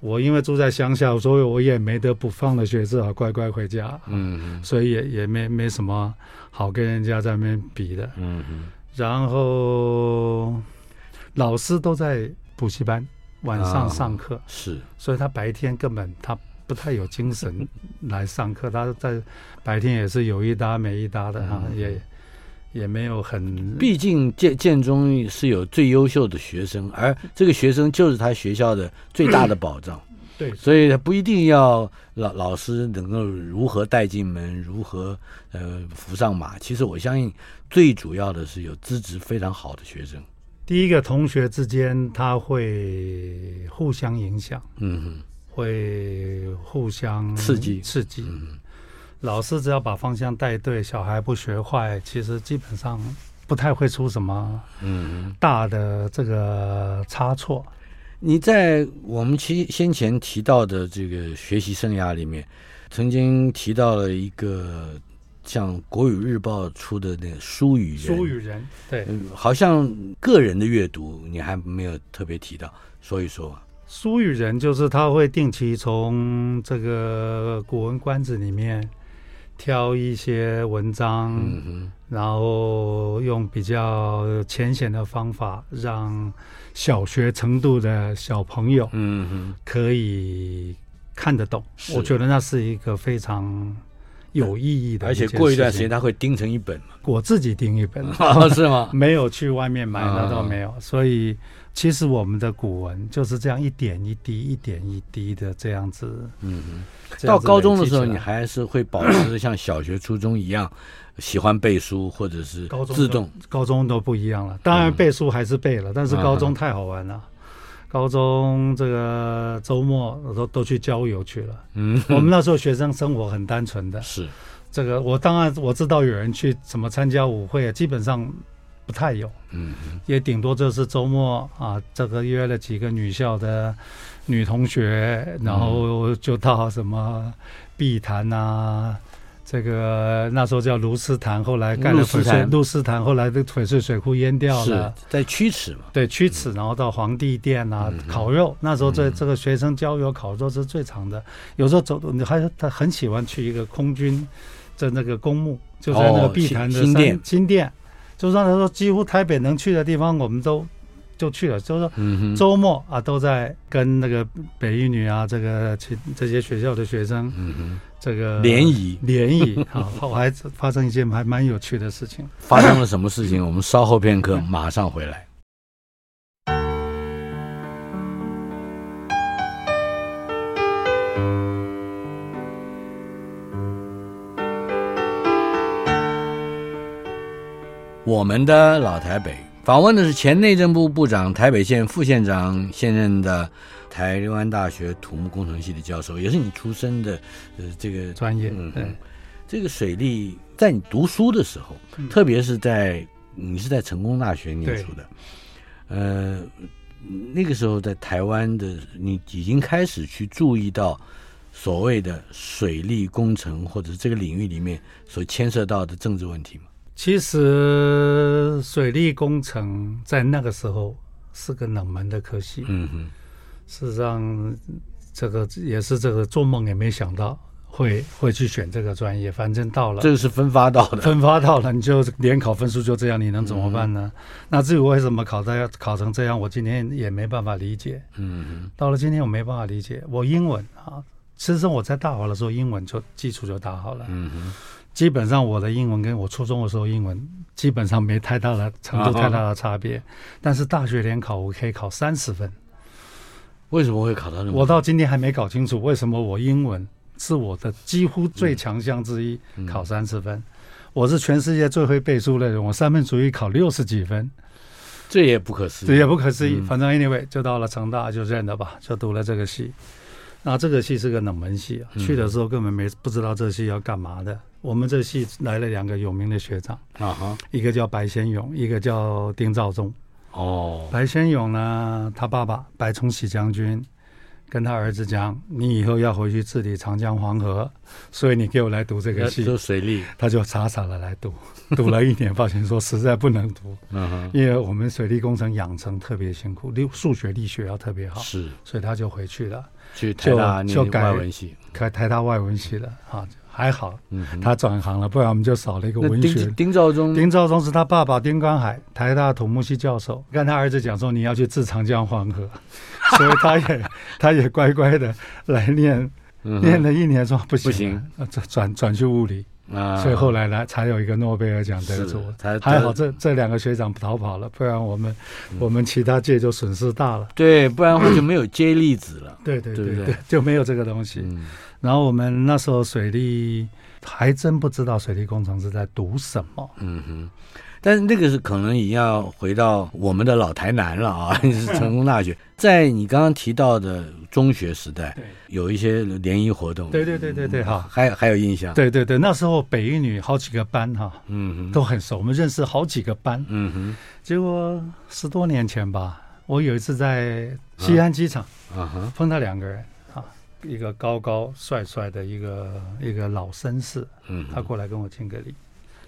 Speaker 4: 我因为住在乡下，所以我也没得补，放了学只好乖乖回家，
Speaker 2: 嗯
Speaker 4: 所以也也没没什么好跟人家在那边比的。
Speaker 2: 嗯嗯
Speaker 4: 然后老师都在补习班，晚
Speaker 2: 啊
Speaker 4: 上上课，
Speaker 2: 是
Speaker 4: 所以他白天根本他不太有精 神来上课，他在白天也是有一搭没一搭的哈、也也没有很
Speaker 2: 嗯毕竟建建中是有最优秀的学生，而这个学生就是他学校的最大的保障，
Speaker 4: 对
Speaker 2: 所以他不一定要老老师能够如何带进门，如何呃扶上马。其实我相信，最主要的是有资质非常好的学生。
Speaker 4: 第一个同学之间他会互相影响，
Speaker 2: 嗯哼，
Speaker 4: 会互相
Speaker 2: 刺激嗯
Speaker 4: 刺激。老师只要把方向带对，小孩不学坏，其实基本上不太会出什么大的这个差错。
Speaker 2: 你在我们其先前提到的这个学习生涯里面，曾经提到了一个像《国语日报》出的那个书语人，
Speaker 4: 书与人，对，
Speaker 2: 嗯，好像个人的阅读你还没有特别提到，说一说吧。
Speaker 4: 书与人就是他会定期从这个《古文观止》里面挑一些文章，
Speaker 2: 嗯哼，
Speaker 4: 然后用比较浅显的方法，让小学程度的小朋友
Speaker 2: 嗯哼，
Speaker 4: 可以看得懂。
Speaker 2: 是
Speaker 4: 我觉得那是一个非常有意义的
Speaker 2: 而且
Speaker 4: 件事
Speaker 2: 过一段时
Speaker 4: 情
Speaker 2: 间他会钉成一本嘛，
Speaker 4: 我自己订一本，
Speaker 2: 哦是 吗？
Speaker 4: 没有去外面买，
Speaker 2: 啊
Speaker 4: 那倒没有。所以其实我们的古文就是这样一点一滴、一点一滴的这样子。
Speaker 2: 嗯哼。
Speaker 4: 这样
Speaker 2: 到
Speaker 4: 子
Speaker 2: 高中的时候，
Speaker 4: 累积起
Speaker 2: 你
Speaker 4: 来
Speaker 2: 还是会保持像小学、初中一样喜欢背书，或者是
Speaker 4: 高中
Speaker 2: 自动
Speaker 4: 高中都不一样了。当然背书还是背了，但是高中太好玩
Speaker 2: 嗯
Speaker 4: 了。高中这个周末我都都去郊游去了。
Speaker 2: 嗯，
Speaker 4: 我们那时候学生生活很单纯的，
Speaker 2: 是
Speaker 4: 这个我当然我知道有人去什么参加舞会，基本上不太有，
Speaker 2: 嗯，
Speaker 4: 也顶多就是周末啊，这个约了几个女校的女同学，然后就到什么碧潭啊。这个那时候叫卢斯潭，后来盖了
Speaker 2: 卢斯
Speaker 4: 翡翠
Speaker 2: 潭
Speaker 4: 卢斯潭，后来的翡翠水库淹掉
Speaker 2: 是
Speaker 4: 了，
Speaker 2: 在驱使嘛，
Speaker 4: 对，曲尺，然后到皇帝殿啊，
Speaker 2: 嗯
Speaker 4: 烤肉。那时候这这个学生郊游烤肉是最长的，有时候走，你还他很喜欢去一个空军的那个公墓，就在那个
Speaker 2: 哦
Speaker 4: 碧潭的
Speaker 2: 新
Speaker 4: 山
Speaker 2: 店
Speaker 4: 新店，就是说他说几乎台北能去的地方我们都就去了，就是说
Speaker 2: 嗯哼，
Speaker 4: 周末啊都在跟那个北一女啊这个其这些学校的学生
Speaker 2: 嗯
Speaker 4: 这个
Speaker 2: 哼，联谊
Speaker 4: 联 谊啊，我还发生一件还蛮有趣的事情。
Speaker 2: 发生了什么事情？我们稍后片刻马上回来。我们的老台北访问的是前内政部部长、台北县副县长，现任的台湾大学土木工程系的教授，也是你出身的，呃，这个
Speaker 4: 专业
Speaker 2: 嗯哼
Speaker 4: 对
Speaker 2: 这个水利在你读书的时候，
Speaker 4: 嗯
Speaker 2: 特别是在你是在成功大学念书的，呃，那个时候在台湾的你已经开始去注意到所谓的水利工程或者是这个领域里面所牵涉到的政治问题嘛？
Speaker 4: 其实水利工程在那个时候是个冷门的科系，
Speaker 2: 嗯哼，
Speaker 4: 事实上，这个也是这个做梦也没想到会会去选这个专业，反正到了
Speaker 2: 这个是分发 到的，
Speaker 4: 分发到了，你就联考分数就这样，你能怎么办
Speaker 2: 嗯
Speaker 4: 呢？那至于为什么考的考成这样，我今天也没办法理解。
Speaker 2: 嗯
Speaker 4: 到了今天，我没办法理解。我英文啊，其实我在大学的时候，英文就基础就打好了。
Speaker 2: 嗯哼，
Speaker 4: 基本上我的英文跟我初中的时候英文基本上没太大的程
Speaker 2: 啊
Speaker 4: 度太大的差别，但是大学联考我可以考三十分，
Speaker 2: 为什么会考到那么？
Speaker 4: 我到今天还没搞清楚为什么我英文是我的几乎最强项之一，考三十分。我是全世界最会背书的人，我三分主义考六十几分，
Speaker 2: 这也不可思
Speaker 4: 这
Speaker 2: 议
Speaker 4: 也，不可思议。反正 anyway 就到了成大就认了吧，就读了这个系。那这个系是个冷门系啊，去的时候根本没不知道这系要干嘛的。我们这系来了两个有名的学长，
Speaker 2: 啊哈，
Speaker 4: 一个叫白先勇，一个叫丁肇中。
Speaker 2: 哦，
Speaker 4: 白先勇呢，他爸爸白崇禧将军跟他儿子讲：“你以后要回去治理长江黄河，所以你给我来读这个戏。
Speaker 2: 就水利，”
Speaker 4: 他就傻傻的来读，读了一年，发现说实在不能读，
Speaker 2: 嗯
Speaker 4: 因为我们水利工程养成特别辛苦，六数学力学要特别好
Speaker 2: 哼，，是
Speaker 4: 所以他就回去了，
Speaker 2: 去台大
Speaker 4: 就
Speaker 2: 念
Speaker 4: 改
Speaker 2: 外文系，
Speaker 4: 开台大外文系了啊，还好，他转行了，不然我们就少了一个
Speaker 2: 嗯那
Speaker 4: 文学
Speaker 2: 丁。丁肇中，
Speaker 4: 丁肇中是他爸爸丁光海，台大土木系教授，跟他儿子讲说你要去治长江黄河， 所以他也 他也乖乖的来念，
Speaker 2: 嗯
Speaker 4: 念了一年说不行，
Speaker 2: 不行
Speaker 4: 呃，转转转去物理，
Speaker 2: 啊，
Speaker 4: 所以后来来才有一个诺贝尔奖得
Speaker 2: 是
Speaker 4: 主。
Speaker 2: 才
Speaker 4: 还
Speaker 2: 得
Speaker 4: 好这这两个学长逃跑了，不然我们
Speaker 2: 嗯
Speaker 4: 我们其他界就损失大了。
Speaker 2: 对，不然的话就没有接力子了。
Speaker 4: 对对
Speaker 2: 对
Speaker 4: 对
Speaker 2: 不对
Speaker 4: 对， 就没有这个东西。
Speaker 2: 嗯
Speaker 4: 然后我们那时候水利还真不知道水利工程是在读什么，
Speaker 2: 嗯哼，但是那个是可能也要回到我们的老台南了啊， 是成功大学，在你刚刚提到的中学时代
Speaker 4: 对，
Speaker 2: 有一些联谊活动，
Speaker 4: 对对对
Speaker 2: 嗯
Speaker 4: 对对哈
Speaker 2: 还还有印象，，
Speaker 4: 对对对，那时候北一女好几个班哈、
Speaker 2: 嗯哼，
Speaker 4: 都很熟，我们认识好几个班。
Speaker 2: 嗯
Speaker 4: 结果十多年前吧，我有一次在西安机场
Speaker 2: 哼，啊哈，
Speaker 4: 碰到两个人啊，一个高高帅帅的一个一个老绅士，
Speaker 2: 嗯
Speaker 4: 他过来跟我敬个礼，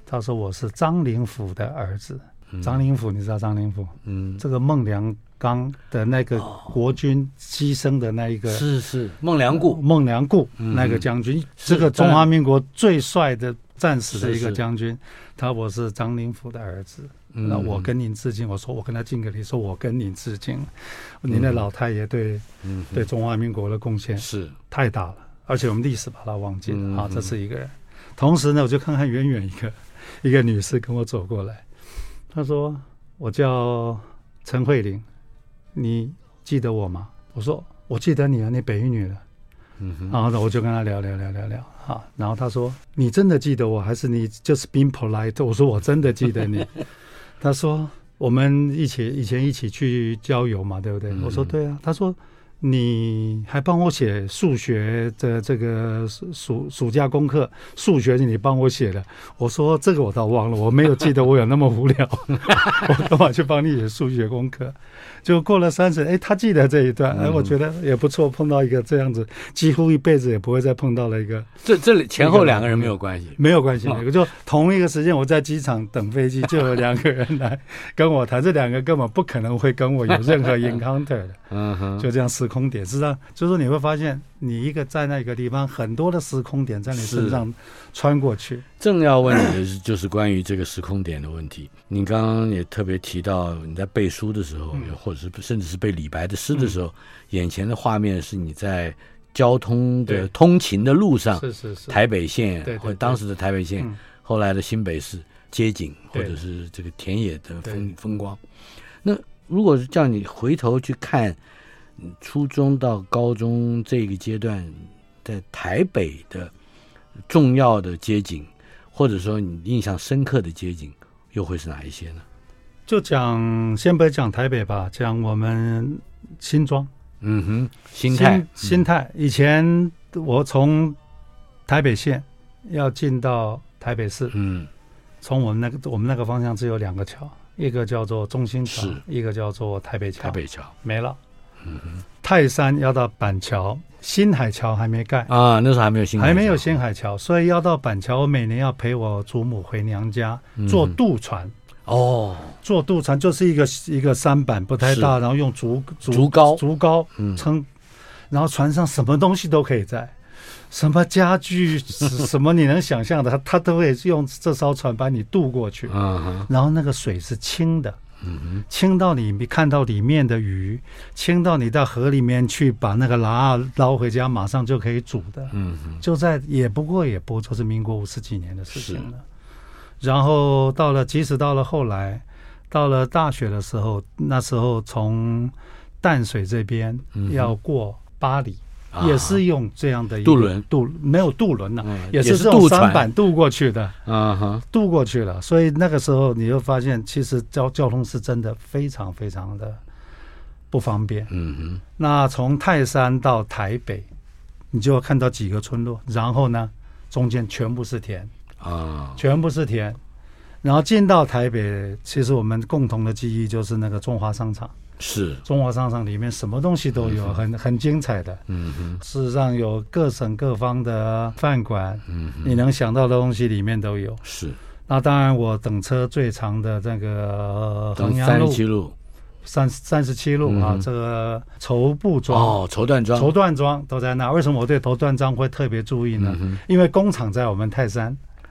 Speaker 4: 他说我是张灵甫的儿子。张灵甫，你知道张灵甫？
Speaker 2: 嗯，哦
Speaker 4: 这个孟良刚的那个国军牺牲的那一个
Speaker 2: 是是孟良崮，
Speaker 4: 孟良崮
Speaker 2: 嗯
Speaker 4: 那个将军，
Speaker 2: 是
Speaker 4: 这个中华民国最帅的战死的一
Speaker 2: 是
Speaker 4: 个
Speaker 2: 是
Speaker 4: 将军，他我是张灵甫的儿子。
Speaker 2: 嗯
Speaker 4: 那我跟您致敬，我说我跟他敬个礼，说我跟您致敬。您的老太爷对
Speaker 2: 嗯
Speaker 4: 对中华民国的贡献
Speaker 2: 是，
Speaker 4: 太大了，而且我们历史把它忘记
Speaker 2: 嗯
Speaker 4: 了啊，这是一个人。同时呢，我就看看远远一个一个女士跟我走过来，她说：“我叫陈慧玲，你记得我吗？”我说：“我记得你啊，你北一女的。”
Speaker 2: 嗯哼，
Speaker 4: 然后呢，我就跟她聊聊聊聊聊啊，然后她说：“你真的记得我，还是你 just being polite？” 我说：“我真的记得你。” 她说：“我们一起以前一起去郊游嘛，对不
Speaker 2: 嗯
Speaker 4: 对？”我说：“对啊。”她说：“你还帮我写数学的这个暑暑暑假功课，数学你帮我写的。我说这个我倒忘了，我没有记得我有那么无聊，我干嘛去帮你写数学功课？就过了三十，哎，他记得这一段，哎，我觉得也不错，碰到一个这样子，几乎一辈子也不会再碰到了一个
Speaker 2: 这这里前后两个人没有关系，
Speaker 4: 没有关系的，就同一个时间我在机场等飞机，就有两个人来跟我谈，这两个根本不可能会跟我有任何 encounter 的。
Speaker 2: 嗯哼，
Speaker 4: 就这样时空点，实际上就是说你会发现，你一个在那个地方，很多的时空点在你身上穿过去。
Speaker 2: 正要问你的是， 就是关于这个时空点的问题。你刚刚也特别提到，你在背书的时候，
Speaker 4: 嗯
Speaker 2: 也或者是甚至是背李白的诗的时候，眼前的画面是你在交通的
Speaker 4: 对
Speaker 2: 通勤的路上，
Speaker 4: 是是是，
Speaker 2: 啊台北县
Speaker 4: 对对
Speaker 2: 或者
Speaker 4: 对
Speaker 2: 当时的台北县，
Speaker 4: 嗯
Speaker 2: 后来的新北市街景或
Speaker 4: 对
Speaker 2: 者是这个田野的风
Speaker 4: 对
Speaker 2: 风光。那如果是叫你回头去看嗯初中到高中这个阶段，在台北的重要的街景，或者说你印象深刻的街景，又会是哪一些呢？
Speaker 4: 就讲先不讲台北吧，讲我们新庄
Speaker 2: 嗯哼，心态，嗯
Speaker 4: 心心态。以前我从台北县要进到台北市，
Speaker 2: 嗯，
Speaker 4: 从我们那个我们那个方向只有两个桥，一个叫做中心桥
Speaker 2: 是，
Speaker 4: 一个叫做台北桥。
Speaker 2: 台北嗯桥
Speaker 4: 没了。泰山要到板桥，新海桥还没盖。
Speaker 2: 啊，那时候还没有新，
Speaker 4: 还没有新海桥，所以要到板桥。我每年要陪我祖母回娘家，
Speaker 2: 嗯
Speaker 4: 坐渡船。
Speaker 2: 哦，
Speaker 4: 坐渡船就是一个一个舢板，不太大，然后用竹
Speaker 2: 竹篙
Speaker 4: 竹篙
Speaker 2: 嗯
Speaker 4: 撑，然后船上什么东西都可以载，什么家具，什什么你能想象的，他他都会用这艘船把你渡过去。
Speaker 2: 嗯哼，
Speaker 4: 然后那个水是清的，清到你看到里面的鱼，清到你到河里面去把那个拉捞回家，马上就可以煮的。
Speaker 2: 嗯哼，
Speaker 4: 就在也不过也不就是民国五十几年的事情了。然后到了，即使到了后来，到了大学的时候，那时候从淡水这边要过巴黎，
Speaker 2: 嗯啊
Speaker 4: 也是用这样的一个
Speaker 2: 渡轮
Speaker 4: 渡没有渡轮呐、
Speaker 2: 嗯
Speaker 4: 也
Speaker 2: 也
Speaker 4: 是
Speaker 2: 是
Speaker 4: 这种
Speaker 2: 渡船
Speaker 4: 舢板渡过去的。
Speaker 2: 嗯哼，
Speaker 4: 渡过去了，所以那个时候你就发现，其实交交通是真的非常非常的不方便。
Speaker 2: 嗯哼。
Speaker 4: 那从泰山到台北，你就要看到几个村落，然后呢，中间全部是田，
Speaker 2: 啊，
Speaker 4: 全部是田。然后进到台北，其实我们共同的记忆就是那个中华商场。
Speaker 2: 是，
Speaker 4: 中华商场里面什么东西都有，很很精彩的。
Speaker 2: 嗯哼，
Speaker 4: 事实上，有各省各方的饭馆，
Speaker 2: 嗯
Speaker 4: 你能想到的东西里面都有。
Speaker 2: 是，
Speaker 4: 那当然，我等车最长的那个呃
Speaker 2: 等
Speaker 4: 衡阳
Speaker 2: 三十
Speaker 4: 路
Speaker 2: 七路，嗯
Speaker 4: 三三十七路啊，这个绸布庄、
Speaker 2: 哦，绸缎庄，
Speaker 4: 绸缎庄都在那。为什么我对绸缎庄会特别注意呢？因为工厂在我们泰山，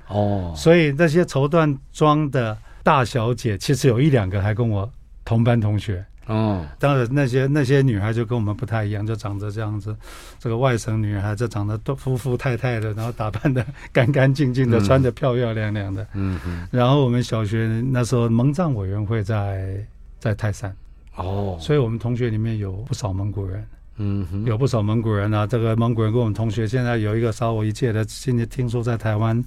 Speaker 2: 嗯哦，
Speaker 4: 所以那些绸缎庄的大小姐，其实有一两个还跟我同班同学。
Speaker 2: 哦，
Speaker 4: 当然，那些那些女孩就跟我们不太一样，就长得这样子，这个外省女孩就长得都夫夫太太的，然后打扮的干干净净的，穿的漂漂亮亮的。
Speaker 2: 嗯哼，
Speaker 4: 然后我们小学那时候蒙藏委员会在在泰山，
Speaker 2: 哦，
Speaker 4: 所以我们同学里面有不少蒙古人，
Speaker 2: 嗯哼，
Speaker 4: 有不少蒙古人啊。这个蒙古人跟我们同学现在有一个少我一届的，现在听说在台湾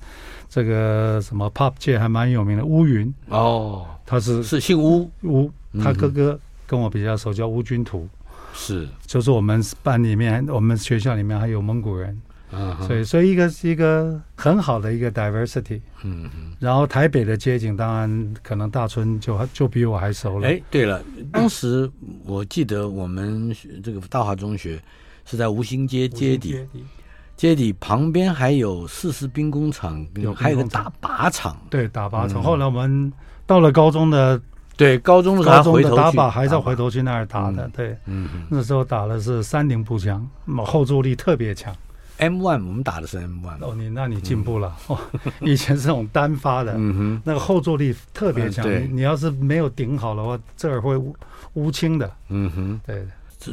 Speaker 4: 这个什么 pop 界还蛮有名的乌云，
Speaker 2: 哦，
Speaker 4: 他是
Speaker 2: 是姓乌，
Speaker 4: 乌，他
Speaker 2: 嗯
Speaker 4: 哥哥跟我比较熟，叫乌军图。
Speaker 2: 是，
Speaker 4: 就是我们班里面，我们学校里面还有蒙古人，
Speaker 2: 嗯哼，
Speaker 4: 所以所以一个是一个很好的一个 diversity。
Speaker 2: 嗯哼。
Speaker 4: 然后台北的街景，当然可能大春就就比我还熟了。
Speaker 2: 哎，对了，当时我记得我们学这个大华中学是在吴兴街街底，街底旁边还有四四兵工厂，
Speaker 4: 有
Speaker 2: 还有个
Speaker 4: 兵工厂
Speaker 2: 大靶场。
Speaker 4: 对打
Speaker 2: 嗯
Speaker 4: 靶场。后来我们到了高中的
Speaker 2: 对，高中的时候
Speaker 4: 高
Speaker 2: 还
Speaker 4: 中
Speaker 2: 回
Speaker 4: 的
Speaker 2: 头
Speaker 4: 打
Speaker 2: 去
Speaker 4: 靶，还是
Speaker 2: 打
Speaker 4: 要
Speaker 2: 靶
Speaker 4: 回头去那儿打的。对，
Speaker 2: 嗯哼
Speaker 4: 那时候打的是三零步枪，嗯后坐力特别强。
Speaker 2: ，M one 我们打的是 M one。
Speaker 4: 哦，你那你进步了。哦， 以前是那种单发的，
Speaker 2: 嗯哼，
Speaker 4: 那个后坐力特别强。
Speaker 2: 嗯对
Speaker 4: 你你要是没有顶好的话，这儿会乌乌青的。
Speaker 2: 嗯哼。
Speaker 4: 对。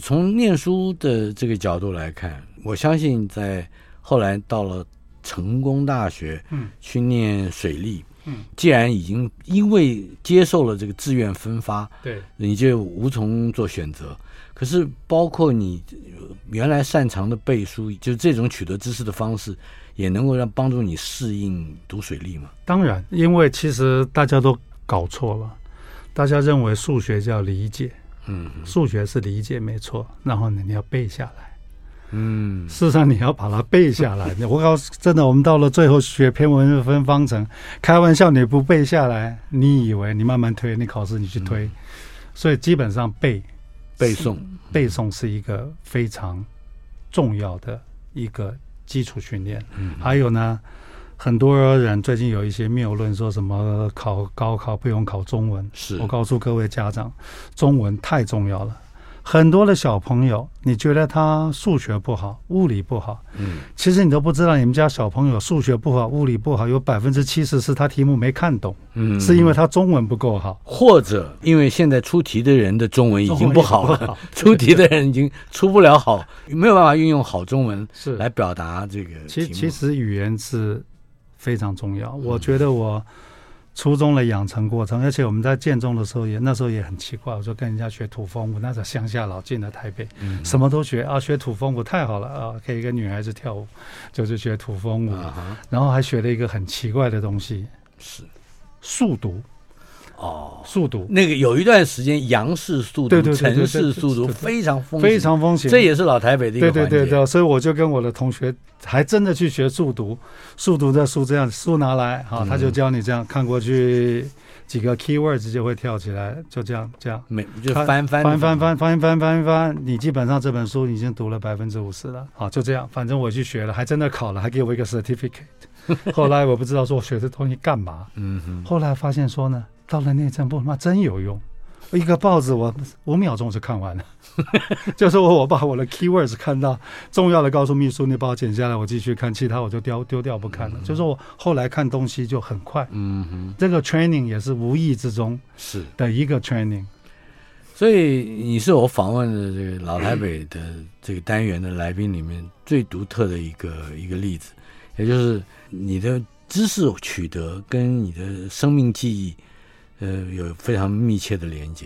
Speaker 2: 从念书的这个角度来看，我相信在后来到了成功大学，
Speaker 4: 嗯，
Speaker 2: 去念水利，
Speaker 4: 嗯，
Speaker 2: 既然已经因为接受了这个志愿分发，
Speaker 4: 对
Speaker 2: 你就无从做选择。可是，包括你呃原来擅长的背书，就这种取得知识的方式，也能够让帮助你适应读水利嘛？
Speaker 4: 当然，因为其实大家都搞错了，大家认为数学叫理解，
Speaker 2: 嗯
Speaker 4: 数学是理解没错，然后呢你要背下来。
Speaker 2: 嗯
Speaker 4: 事实上，你要把它背下来。 我告诉，真的，我们到了最后学篇文分方程，开玩笑，你不背下来，你以为你慢慢推，你考试你去
Speaker 2: 嗯
Speaker 4: 推，所以基本上背
Speaker 2: 背诵
Speaker 4: 背诵是一个非常重要的一个基础训练。
Speaker 2: 嗯
Speaker 4: 还有呢，很多人最近有一些谬论，说什么考高考不用考中文。
Speaker 2: 是
Speaker 4: 我告诉各位家长，中文太重要了。很多的小朋友，你觉得他数学不好，物理不好，
Speaker 2: 嗯，
Speaker 4: 其实你都不知道，你们家小朋友数学不好，物理不好，有百分之七十是他题目没看懂，
Speaker 2: 嗯
Speaker 4: 是因为他中文不够好。
Speaker 2: 或者因为现在出题的人的中文已经不好
Speaker 4: 中文也不
Speaker 2: 了
Speaker 4: 好，
Speaker 2: 出题的人已经出不了好，没有办法运用好中文
Speaker 4: 是
Speaker 2: 来表达这个
Speaker 4: 其
Speaker 2: 题目嗯
Speaker 4: 其实语言是非常重要，我觉得我初中的养成过程，而且我们在建中的时候也那时候也很奇怪，我就跟人家学土风舞，那时候乡下老进了台北，
Speaker 2: 嗯
Speaker 4: 什么都学啊，学土风舞太好了啊，可以跟女孩子跳舞，就是学土风舞，
Speaker 2: 啊哈
Speaker 4: 然后还学了一个很奇怪的东西，
Speaker 2: 是
Speaker 4: 速读，
Speaker 2: 哦。
Speaker 4: 速读
Speaker 2: 那个有一段时间，杨氏速
Speaker 4: 对
Speaker 2: 读、
Speaker 4: 对对对
Speaker 2: 陈
Speaker 4: 对
Speaker 2: 氏速读
Speaker 4: 对对
Speaker 2: 非常风行
Speaker 4: 非常风行，
Speaker 2: 这也是老台北的一个
Speaker 4: 对
Speaker 2: 环
Speaker 4: 对
Speaker 2: 节。
Speaker 4: 对对，所以我就跟我的同学还真的去学速读，速读的书这样书拿来，好、他
Speaker 2: 嗯
Speaker 4: 就教你这样看过去几个 key words 就会跳起来，就这样这样
Speaker 2: 每就翻翻
Speaker 4: 翻翻，翻翻翻翻翻，你基本上这本书已经读了百分之五十
Speaker 2: 嗯
Speaker 4: 了，好就这样，反正我去学了，还真的考了，还给我一 个 certificate。后来我不知道说我学这东西干嘛，
Speaker 2: 嗯哼，
Speaker 4: 后来发现说呢，到了内政部他妈真有用。一个报纸我五秒钟就看完了， 就是我我把我的 keywords 看到重要的，告诉秘书你把我剪下来，我继续看，其他我就丢丢掉不看了。就是我后来看东西就很快，
Speaker 2: 嗯哼，
Speaker 4: 这个 training 也是无意之中
Speaker 2: 是。
Speaker 4: 的一个 training。
Speaker 2: 所以你是我访问的这个老台北的这个单元的来宾里面最独特的一个一个例子，也就是你的知识取得跟你的生命记忆，呃，有非常密切的连接，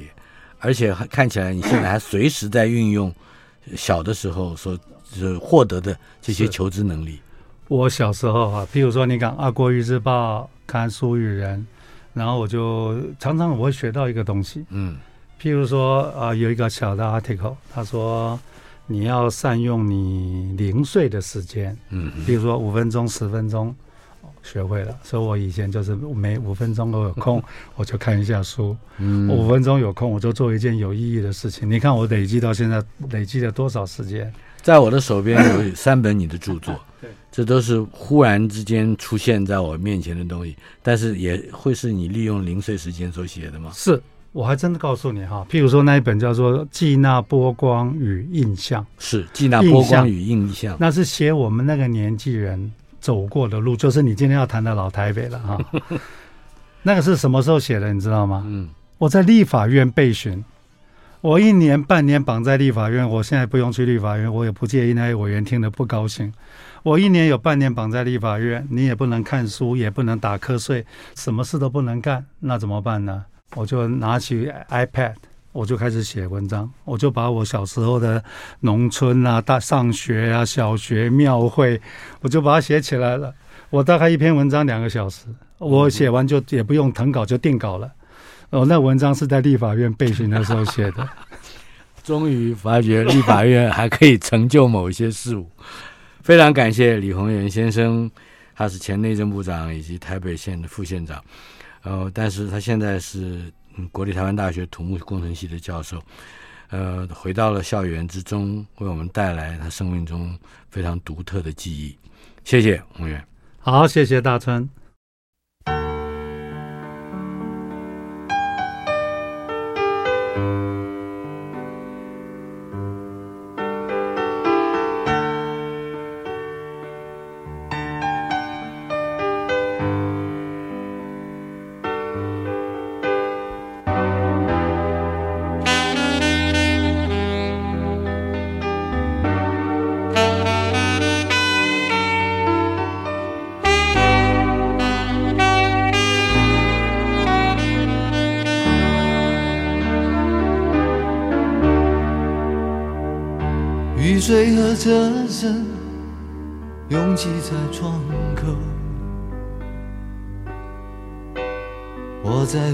Speaker 2: 而且还看起来你现在还随时在运用小的时候所所获得的这些
Speaker 4: 是
Speaker 2: 求知能力。
Speaker 4: 我小时候啊，譬如说你看《阿国语日报》、看《苏语人》，然后我就常常我会学到一个东西，
Speaker 2: 嗯
Speaker 4: 譬如说啊、呃有一个小的 article，他说你要善用你零碎的时间，
Speaker 2: 嗯
Speaker 4: 比如说五分钟、十分钟，哦学会了。所以我以前就是每五分钟我有空，我就看一下书；
Speaker 2: 嗯
Speaker 4: 五分钟有空，我就做一件有意义的事情。你看我累积到现在，累积了多少时间？
Speaker 2: 在我的手边 有三本你的著作，
Speaker 4: 对，
Speaker 2: 这都是忽然之间出现在我面前的东西，但是也会是你利用零碎时间所写的嘛？
Speaker 4: 是我还真的告诉你哈，譬如说那一本叫做《季纳波光与印象》，
Speaker 2: 是季纳波光与印象，
Speaker 4: 那是写我们那个年纪人走过的路，就是你今天要谈的老台北了哈。那个是什么时候写的，你知道吗？
Speaker 2: 嗯，
Speaker 4: 我在立法院备询，我一年半年绑在立法院，我现在不用去立法院，我也不介意那些委员听得不高兴。我一年有半年绑在立法院，你也不能看书，也不能打瞌睡，什么事都不能干，那怎么办呢？我就拿起 iPad，我就开始写文章，我就把我小时候的农村啊、大上学啊、小学庙会，我就把它写起来了。我大概一篇文章两个小时，我写完就也不用誊稿，就定稿了。哦，那文章是在立法院备询的时候写的。
Speaker 2: 终于发觉立法院还可以成就某些事物。 非常感谢李鸿源先生，他是前内政部长以及台北县的副县长，呃，但是他现在是嗯国立台湾大学土木工程系的教授，呃，回到了校园之中，为我们带来他生命中非常独特的记忆。谢谢鸿源。
Speaker 4: 好，谢谢大川。
Speaker 3: 雨水和车声拥挤在窗口，我在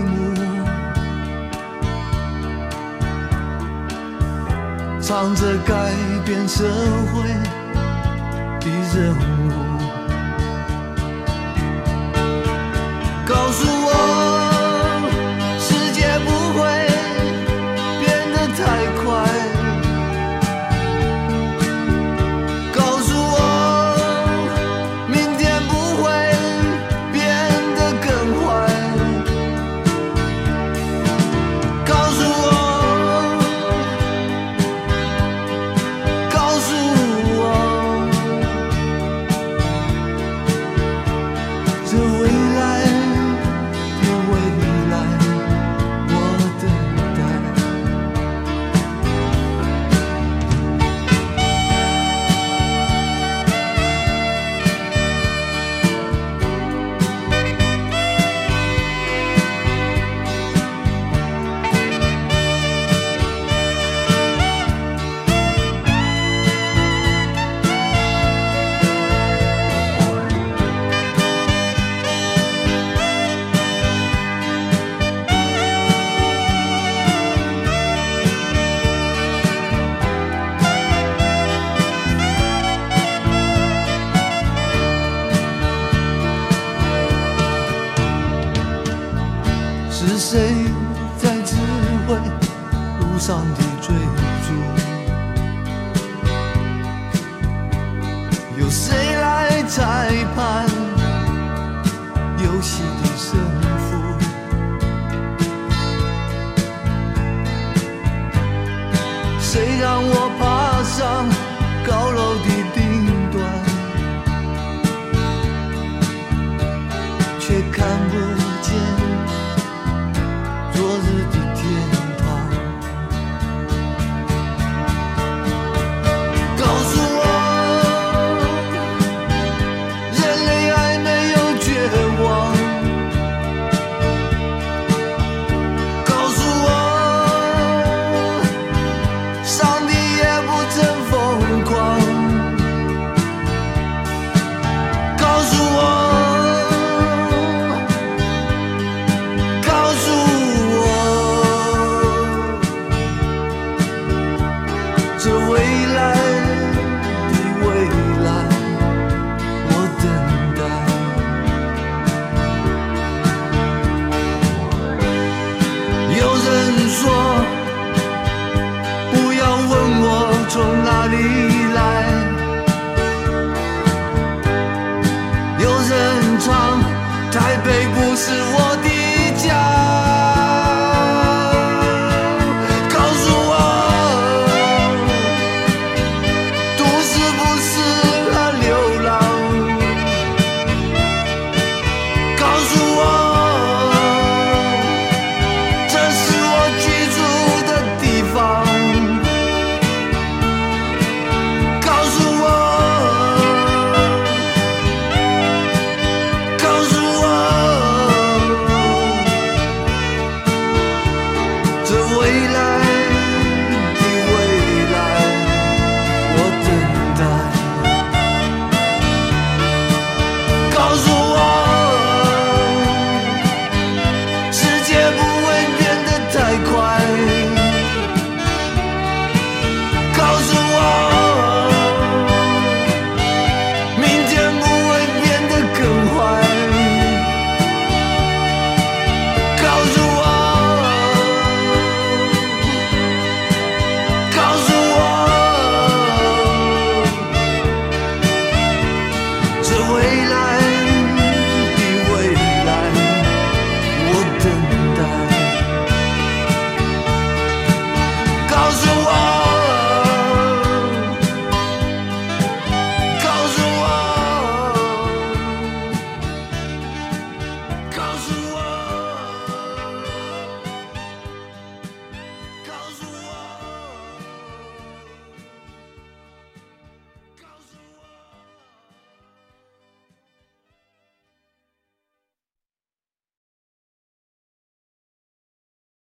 Speaker 3: 幕，唱着改变社会的任务。告诉我，世界不会变得太快。告诉我，明天不会变得更坏。告诉我，告诉我，这未来的未来，我等待。是谁在指挥路上的追逐？由谁来裁判游戏的